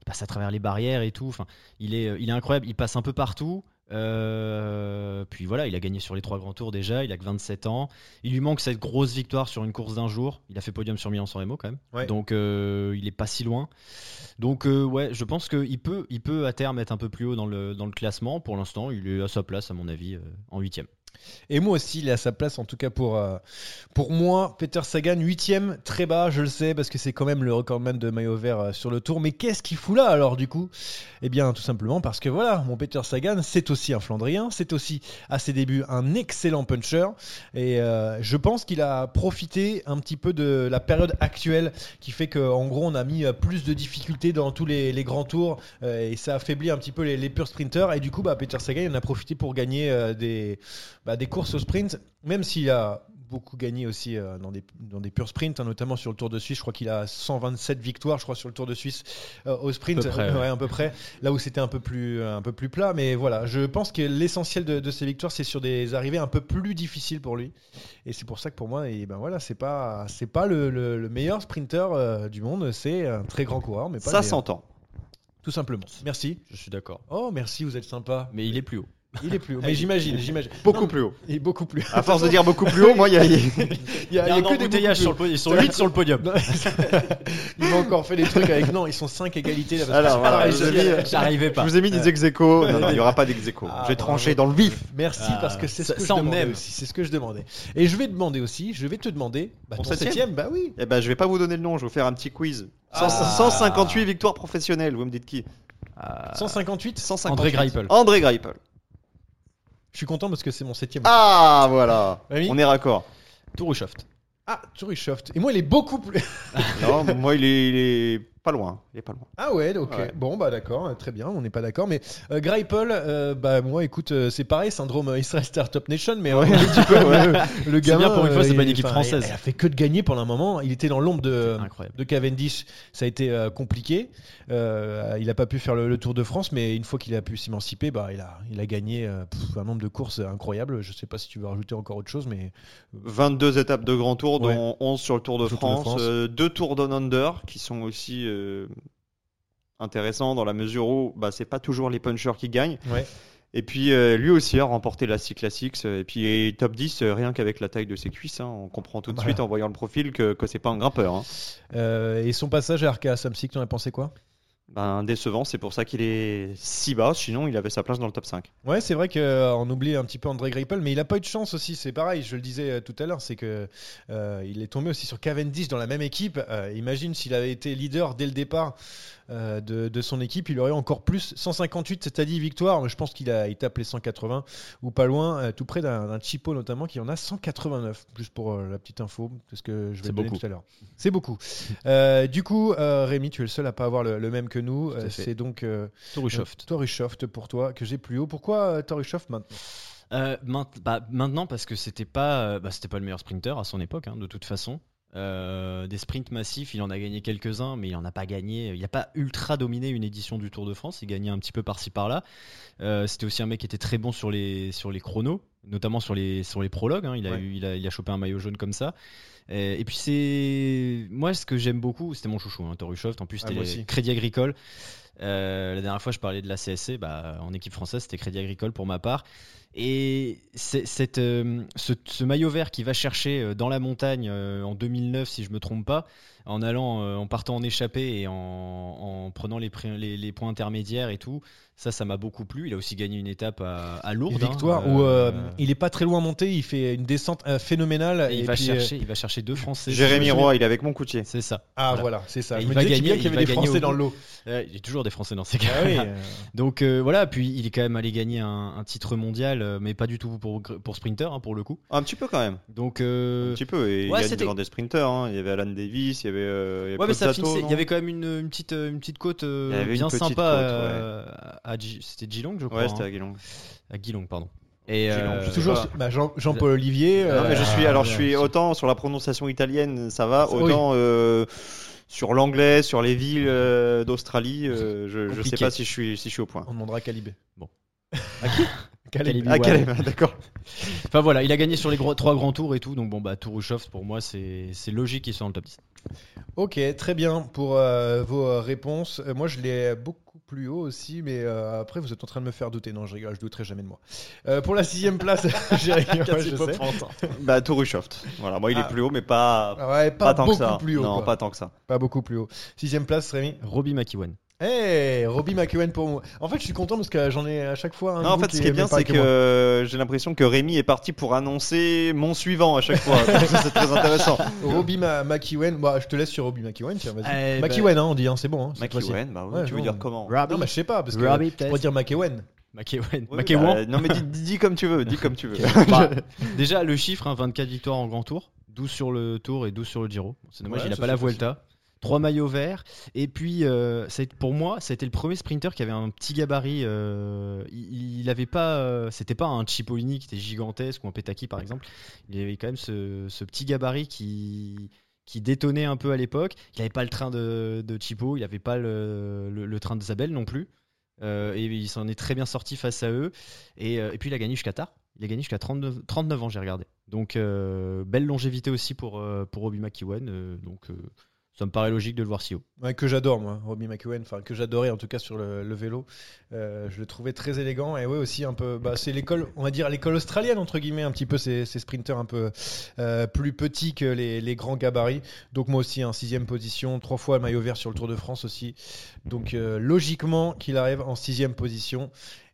Speaker 3: il passe à travers les barrières et tout. Enfin, il, est, euh, il est incroyable, il passe un peu partout. Euh, puis voilà, il a gagné sur les trois grands tours déjà, il a que 27 ans. Il lui manque cette grosse victoire sur une course d'un jour. Il a fait podium sur Milan-San Remo quand même.
Speaker 1: Ouais.
Speaker 3: Donc euh, il est pas si loin. Donc euh, ouais, je pense qu'il peut, il peut à terme être un peu plus haut dans le, dans le classement. Pour l'instant, il est à sa place à mon avis euh, en huitième.
Speaker 1: Et moi aussi, il est à sa place, en tout cas pour, euh, pour moi. Peter Sagan, 8ème, très bas, je le sais, parce que c'est quand même le recordman de maillot vert euh, sur le tour. Mais qu'est-ce qu'il fout là alors, du coup Eh bien, tout simplement parce que voilà, mon Peter Sagan, c'est aussi un Flandrien, c'est aussi à ses débuts un excellent puncher. Et euh, je pense qu'il a profité un petit peu de la période actuelle qui fait qu'en gros, on a mis euh, plus de difficultés dans tous les, les grands tours euh, et ça affaiblit un petit peu les, les purs sprinters. Et du coup, bah, Peter Sagan, il en a profité pour gagner euh, des bah, des courses au sprint, même s'il a beaucoup gagné aussi euh, dans, des, dans des purs sprints, hein, notamment sur le Tour de Suisse. Je crois qu'il a 127 victoires, je crois, sur le Tour de Suisse euh, au sprint,
Speaker 3: À peu près,
Speaker 1: Ouais,
Speaker 3: ouais.
Speaker 1: à peu près. Là où c'était un peu plus un peu plus plat, mais voilà, je pense que l'essentiel de, de ses victoires, c'est sur des arrivées un peu plus difficiles pour lui. Et c'est pour ça que pour moi, et ben voilà, c'est pas c'est pas le, le- le meilleur sprinter euh, du monde, c'est un très grand coureur, mais pas
Speaker 2: Ça
Speaker 1: le meilleur.
Speaker 2: s'entend.
Speaker 1: tout simplement. Merci.
Speaker 3: Je suis d'accord.
Speaker 1: Oh, merci, vous êtes sympa.
Speaker 3: Mais il est plus haut.
Speaker 1: Il est plus haut. Mais j'imagine, j'imagine.
Speaker 2: Beaucoup
Speaker 1: Non,
Speaker 2: plus haut.
Speaker 1: Il est beaucoup plus.
Speaker 2: À force de dire beaucoup plus haut, moi, il y a.
Speaker 1: Il y a, il y a que des beaucoup
Speaker 3: le podium. Ils
Speaker 1: sont huit
Speaker 3: sur le podium.
Speaker 1: Non, Ils m'ont encore fait des trucs avec. Non, ils sont 5 égalités là. parce que
Speaker 2: Alors,
Speaker 1: c'est
Speaker 2: voilà,
Speaker 1: pareil,
Speaker 2: je
Speaker 1: c'est-
Speaker 2: vous ai mis-
Speaker 3: J'arrivais
Speaker 2: Je
Speaker 3: pas.
Speaker 2: vous ai mis des ex aequo. Non, non, il n'y aura pas d'ex aequo.
Speaker 1: Ah, bravo.
Speaker 2: J'ai tranché dans le vif.
Speaker 1: Merci
Speaker 3: Ah,
Speaker 1: parce que c'est ce
Speaker 3: ça-
Speaker 1: que je
Speaker 3: ça, on
Speaker 1: demandais
Speaker 3: aime.
Speaker 1: aussi. C'est ce que je demandais. Et je vais demander aussi. Je vais te demander. Bah,
Speaker 2: Ton
Speaker 1: ton
Speaker 2: septième
Speaker 1: septième, bah oui.
Speaker 2: Eh ben, je vais pas vous donner le nom, je vais vous faire un petit quiz. Cent-
Speaker 1: Ah.
Speaker 2: 158 victoires professionnelles, vous me dites qui
Speaker 1: 158.
Speaker 2: 158.
Speaker 3: André Greipel.
Speaker 2: André Greipel.
Speaker 1: Je suis content parce que c'est mon septième.
Speaker 2: Ah voilà,
Speaker 1: Rémi
Speaker 2: on est raccord.
Speaker 3: Tourouchoft.
Speaker 1: Ah, Turishoft. Et moi, il est beaucoup plus.
Speaker 2: Non, moi il est, il est pas loin, il est pas loin.
Speaker 1: Ah ouais, ok.
Speaker 2: Ouais.
Speaker 1: Bon, bah d'accord, euh, très bien, on n'est pas d'accord. Mais euh, Greipel, euh, bah moi, écoute, euh, c'est pareil, syndrome euh, Israel Startup Nation, mais euh, un petit peu, ouais, le- le
Speaker 3: C'est
Speaker 1: gamin. euh,
Speaker 3: bien, pour une fois, c'est
Speaker 1: il-
Speaker 3: pas une équipe
Speaker 1: enfin,
Speaker 3: française.
Speaker 1: Il, il a fait que de gagner pendant un moment. Il était dans l'ombre de,
Speaker 3: C'était incroyable.
Speaker 1: de Cavendish. Ça a été euh, compliqué. Euh, il n'a pas pu faire le, le Tour de France, mais une fois qu'il a pu s'émanciper, bah, il, a, il a gagné euh, pff, un nombre de courses incroyables. Je sais pas si tu veux rajouter encore autre chose, mais
Speaker 2: 22 étapes de Grand Tour, dont
Speaker 1: Ouais.
Speaker 2: 11 sur le Tour de
Speaker 1: Sur le Tour de
Speaker 2: France,
Speaker 1: France.
Speaker 2: euh, deux tours down under qui sont aussi euh, intéressants dans la mesure où bah, c'est pas toujours les punchers qui gagnent.
Speaker 1: Ouais.
Speaker 2: Et puis euh, lui aussi a remporté la C Classics euh, et puis et top 10 euh, rien qu'avec la taille de ses cuisses, hein. on comprend tout de
Speaker 1: Voilà.
Speaker 2: suite en voyant le profil que, que c'est pas un grimpeur. hein.
Speaker 1: Euh, et son passage à Arkea Samsic, tu en as pensé quoi
Speaker 2: ben, décevant. C'est pour ça qu'il est si bas. Sinon, il avait sa place dans le top 5.
Speaker 1: Ouais, c'est vrai qu'on oublie un petit peu André Greipel, mais il n'a pas eu de chance aussi. C'est pareil, je le disais euh, tout à l'heure, c'est que euh, il est tombé aussi sur Cavendish dans la même équipe. Euh, imagine s'il avait été leader dès le départ euh, de, de son équipe, il aurait encore plus 158, c'est-à-dire victoire. Je pense qu'il a il tape les 180 ou pas loin, euh, tout près d'un d'un Chipo notamment qui en a 189, juste pour euh, la petite info, parce que je vais
Speaker 3: C'est
Speaker 1: le donner
Speaker 3: beaucoup.
Speaker 1: tout à l'heure. C'est beaucoup. Euh, du coup, euh, Rémi, tu es le seul à pas avoir le, le même que nous.
Speaker 3: Tout à
Speaker 1: Euh,
Speaker 3: fait.
Speaker 1: C'est donc euh,
Speaker 3: Torushoft.
Speaker 1: euh, Torushoft pour toi, que j'ai plus haut. Pourquoi euh, Torushoft maintenant
Speaker 3: Euh, maint- bah, maintenant, parce que c'était pas, euh, bah, c'était pas le meilleur sprinter à son époque, hein, de toute façon. Euh, des sprints massifs, il en a gagné quelques-uns, mais il en a pas gagné. Il n'a pas ultra dominé une édition du Tour de France. Il gagnait un petit peu par-ci par-là. Euh, c'était aussi un mec qui était très bon sur les, sur les chronos, notamment sur les, sur les prologues. hein. Il, a
Speaker 1: Ouais.
Speaker 3: eu- il, a, il a chopé un maillot jaune comme ça. Euh, Et, puis c'est moi ce que j'aime beaucoup, c'était mon chouchou, hein, Torushoft. En plus,
Speaker 1: Ah,
Speaker 3: c'était
Speaker 1: moi
Speaker 3: les-
Speaker 1: aussi.
Speaker 3: Crédit Agricole. Euh, la dernière fois, je parlais de la CSC. Bah, en équipe française, c'était Crédit Agricole pour ma part. Et c'est- cette, euh, ce, ce maillot vert qui va chercher euh, dans la montagne euh, en 2009, si je me trompe pas, en allant, euh, en partant en échappée et en, en prenant les, pré- les- les points intermédiaires et tout, ça, ça m'a beaucoup plu. Il a aussi gagné une étape à, à Lourdes. hein,
Speaker 1: Victoire
Speaker 3: euh,
Speaker 1: où euh, il est pas très loin monté, il fait une descente euh, phénoménale.
Speaker 3: et
Speaker 1: et
Speaker 3: il, va
Speaker 1: puis, euh,
Speaker 3: chercher, il va chercher deux Français.
Speaker 2: Jérémy
Speaker 3: Je me
Speaker 2: Roy, il est avec mon coutier.
Speaker 3: souviens- C'est ça.
Speaker 1: Ah
Speaker 3: Voilà.
Speaker 1: voilà, c'est ça.
Speaker 3: Et
Speaker 1: Je
Speaker 3: il
Speaker 1: me
Speaker 3: va
Speaker 1: disais qu'il y
Speaker 3: gagner-
Speaker 1: avait
Speaker 3: il va
Speaker 1: des
Speaker 3: gagner
Speaker 1: Français
Speaker 3: au
Speaker 1: dans
Speaker 3: bout.
Speaker 1: l'eau.
Speaker 3: Euh, il y a toujours des Français dans ces cas.
Speaker 1: Ah oui, euh,
Speaker 3: Donc euh, voilà, puis il est quand même allé gagner un, un titre mondial, euh, mais pas du tout pour, pour sprinter, hein, pour le coup.
Speaker 2: Un petit peu quand même.
Speaker 3: Donc euh,
Speaker 2: Un petit peu. Et
Speaker 3: ouais,
Speaker 2: il gagne
Speaker 3: c'était-
Speaker 2: devant des sprinters. hein. Il y avait Alan Davis, il y avait. euh, il y avait
Speaker 3: Ouais, mais ça
Speaker 2: Pozzato,
Speaker 3: finissait.
Speaker 2: non
Speaker 3: Il y avait quand même une, une petite, euh, une petite côte euh,
Speaker 2: Il y avait une
Speaker 3: bien
Speaker 2: petite
Speaker 3: sympa.
Speaker 2: côte,
Speaker 3: euh, à Gi- C'était Geelong, je crois.
Speaker 2: Ouais, c'était
Speaker 3: hein.
Speaker 2: à Guillaume.
Speaker 3: à... Geelong, pardon. Et
Speaker 2: Geelong,
Speaker 3: euh,
Speaker 2: je sais
Speaker 1: toujours
Speaker 2: pas.
Speaker 1: sur- bah, Jean- Jean-Paul Olivier.
Speaker 2: Non, mais je suis, alors je suis
Speaker 1: autant
Speaker 2: autant sur la prononciation italienne, ça va,
Speaker 1: Ça,
Speaker 2: autant euh, sur l'anglais, sur les villes euh, d'Australie, euh, je, je sais
Speaker 3: Compliqué.
Speaker 2: pas si je suis, si je suis au point.
Speaker 1: On demandera à Calibé.
Speaker 3: Bon.
Speaker 1: À qui Calibé.
Speaker 3: Calibé.
Speaker 2: Ah,
Speaker 3: Ouais.
Speaker 2: Calais, d'accord.
Speaker 3: enfin voilà, il a gagné sur les gros- trois grands tours et tout. Donc bon, bah Tourouchoff, pour moi, c'est c'est logique qu'il soit dans le top 10.
Speaker 1: Ok, très bien pour euh, vos euh, réponses. Euh, moi, je l'ai beaucoup plus haut aussi, mais euh, après, vous êtes en train de me faire douter. Non, je rigole, je douterai jamais de moi. Euh, pour la sixième place, Jérémy, ouais, je sais.
Speaker 2: Bah, Torushoft. Voilà, moi il est
Speaker 1: Ah.
Speaker 2: plus haut, mais pas,
Speaker 1: Ah ouais,
Speaker 2: pas,
Speaker 1: pas,
Speaker 2: tant que
Speaker 1: beaucoup
Speaker 2: ça.
Speaker 1: plus haut.
Speaker 2: non,
Speaker 1: quoi.
Speaker 2: pas tant que ça.
Speaker 1: Pas beaucoup plus haut. Sixième place, Rémi.
Speaker 3: Robbie McEwen.
Speaker 1: Hey, Robbie McEwen pour moi. En fait, je suis content parce que j'en ai à chaque fois un.
Speaker 2: Non, en
Speaker 1: vous
Speaker 2: fait, ce qui est
Speaker 1: aimez
Speaker 2: bien,
Speaker 1: pas
Speaker 2: c'est que,
Speaker 1: moi.
Speaker 2: euh, j'ai l'impression que Rémi est parti pour annoncer mon suivant à chaque fois. Donc ça, c'est très intéressant.
Speaker 1: Robbie Ma- McEwen, bah, je te laisse sur Robbie McEwen, tiens, vas-y.
Speaker 3: Eh ben-
Speaker 1: McEwen, hein, on dit, hein, c'est bon. Hein, cette fois-ci.
Speaker 2: McEwen, bah oui,
Speaker 1: Ouais,
Speaker 2: tu veux
Speaker 1: non,
Speaker 2: dire
Speaker 1: mais-
Speaker 2: comment
Speaker 1: Non, mais je sais pas, parce que
Speaker 3: Robbie,
Speaker 1: je pourrais dire McEwen.
Speaker 3: McEwen.
Speaker 2: Ouais,
Speaker 3: McEwen.
Speaker 2: bah, Non, mais dis, dis- dis comme tu veux, dis comme tu veux.
Speaker 3: Bah, déjà, le chiffre, hein, 24 victoires en grand tour, 12 sur le tour et 12 sur le Giro. Bon, C'est dommage,
Speaker 1: Ouais,
Speaker 3: il n'a
Speaker 1: ça,
Speaker 3: pas la
Speaker 1: c'est
Speaker 3: Vuelta. Trois maillots verts. Et puis, euh, ça a été- pour moi, ça a été le premier sprinter qui avait un petit gabarit. euh, il, il avait pas. euh, C'était pas un Cipollini qui était gigantesque ou un Petaki, par exemple. Il avait quand même ce, ce petit gabarit qui qui détonnait un peu à l'époque. Il n'avait pas le train de, de Chipo, il n'avait pas le, le- le train de Zabel non plus. Euh, et il s'en est très bien sorti face à eux. Et, euh, et puis il a gagné jusqu'à tard. Il a gagné jusqu'à 39, 39 ans, j'ai regardé. Donc euh, belle longévité aussi pour, euh, pour Robbie McEwen. euh, donc euh, ça me paraît logique de le voir si haut.
Speaker 1: Ouais, que j'adore, moi, Robbie McEwen, enfin que j'adorais en tout cas sur le, le vélo. Euh, je le trouvais très élégant et ouais aussi un peu. Bah, c'est l'école, on va dire l'école australienne entre guillemets, un petit peu ces, ces sprinters un peu euh, plus petits que les, les grands gabarits. Donc moi aussi, en sixième position, trois fois maillot vert sur le Tour de France aussi. Donc euh, logiquement qu'il arrive en sixième position.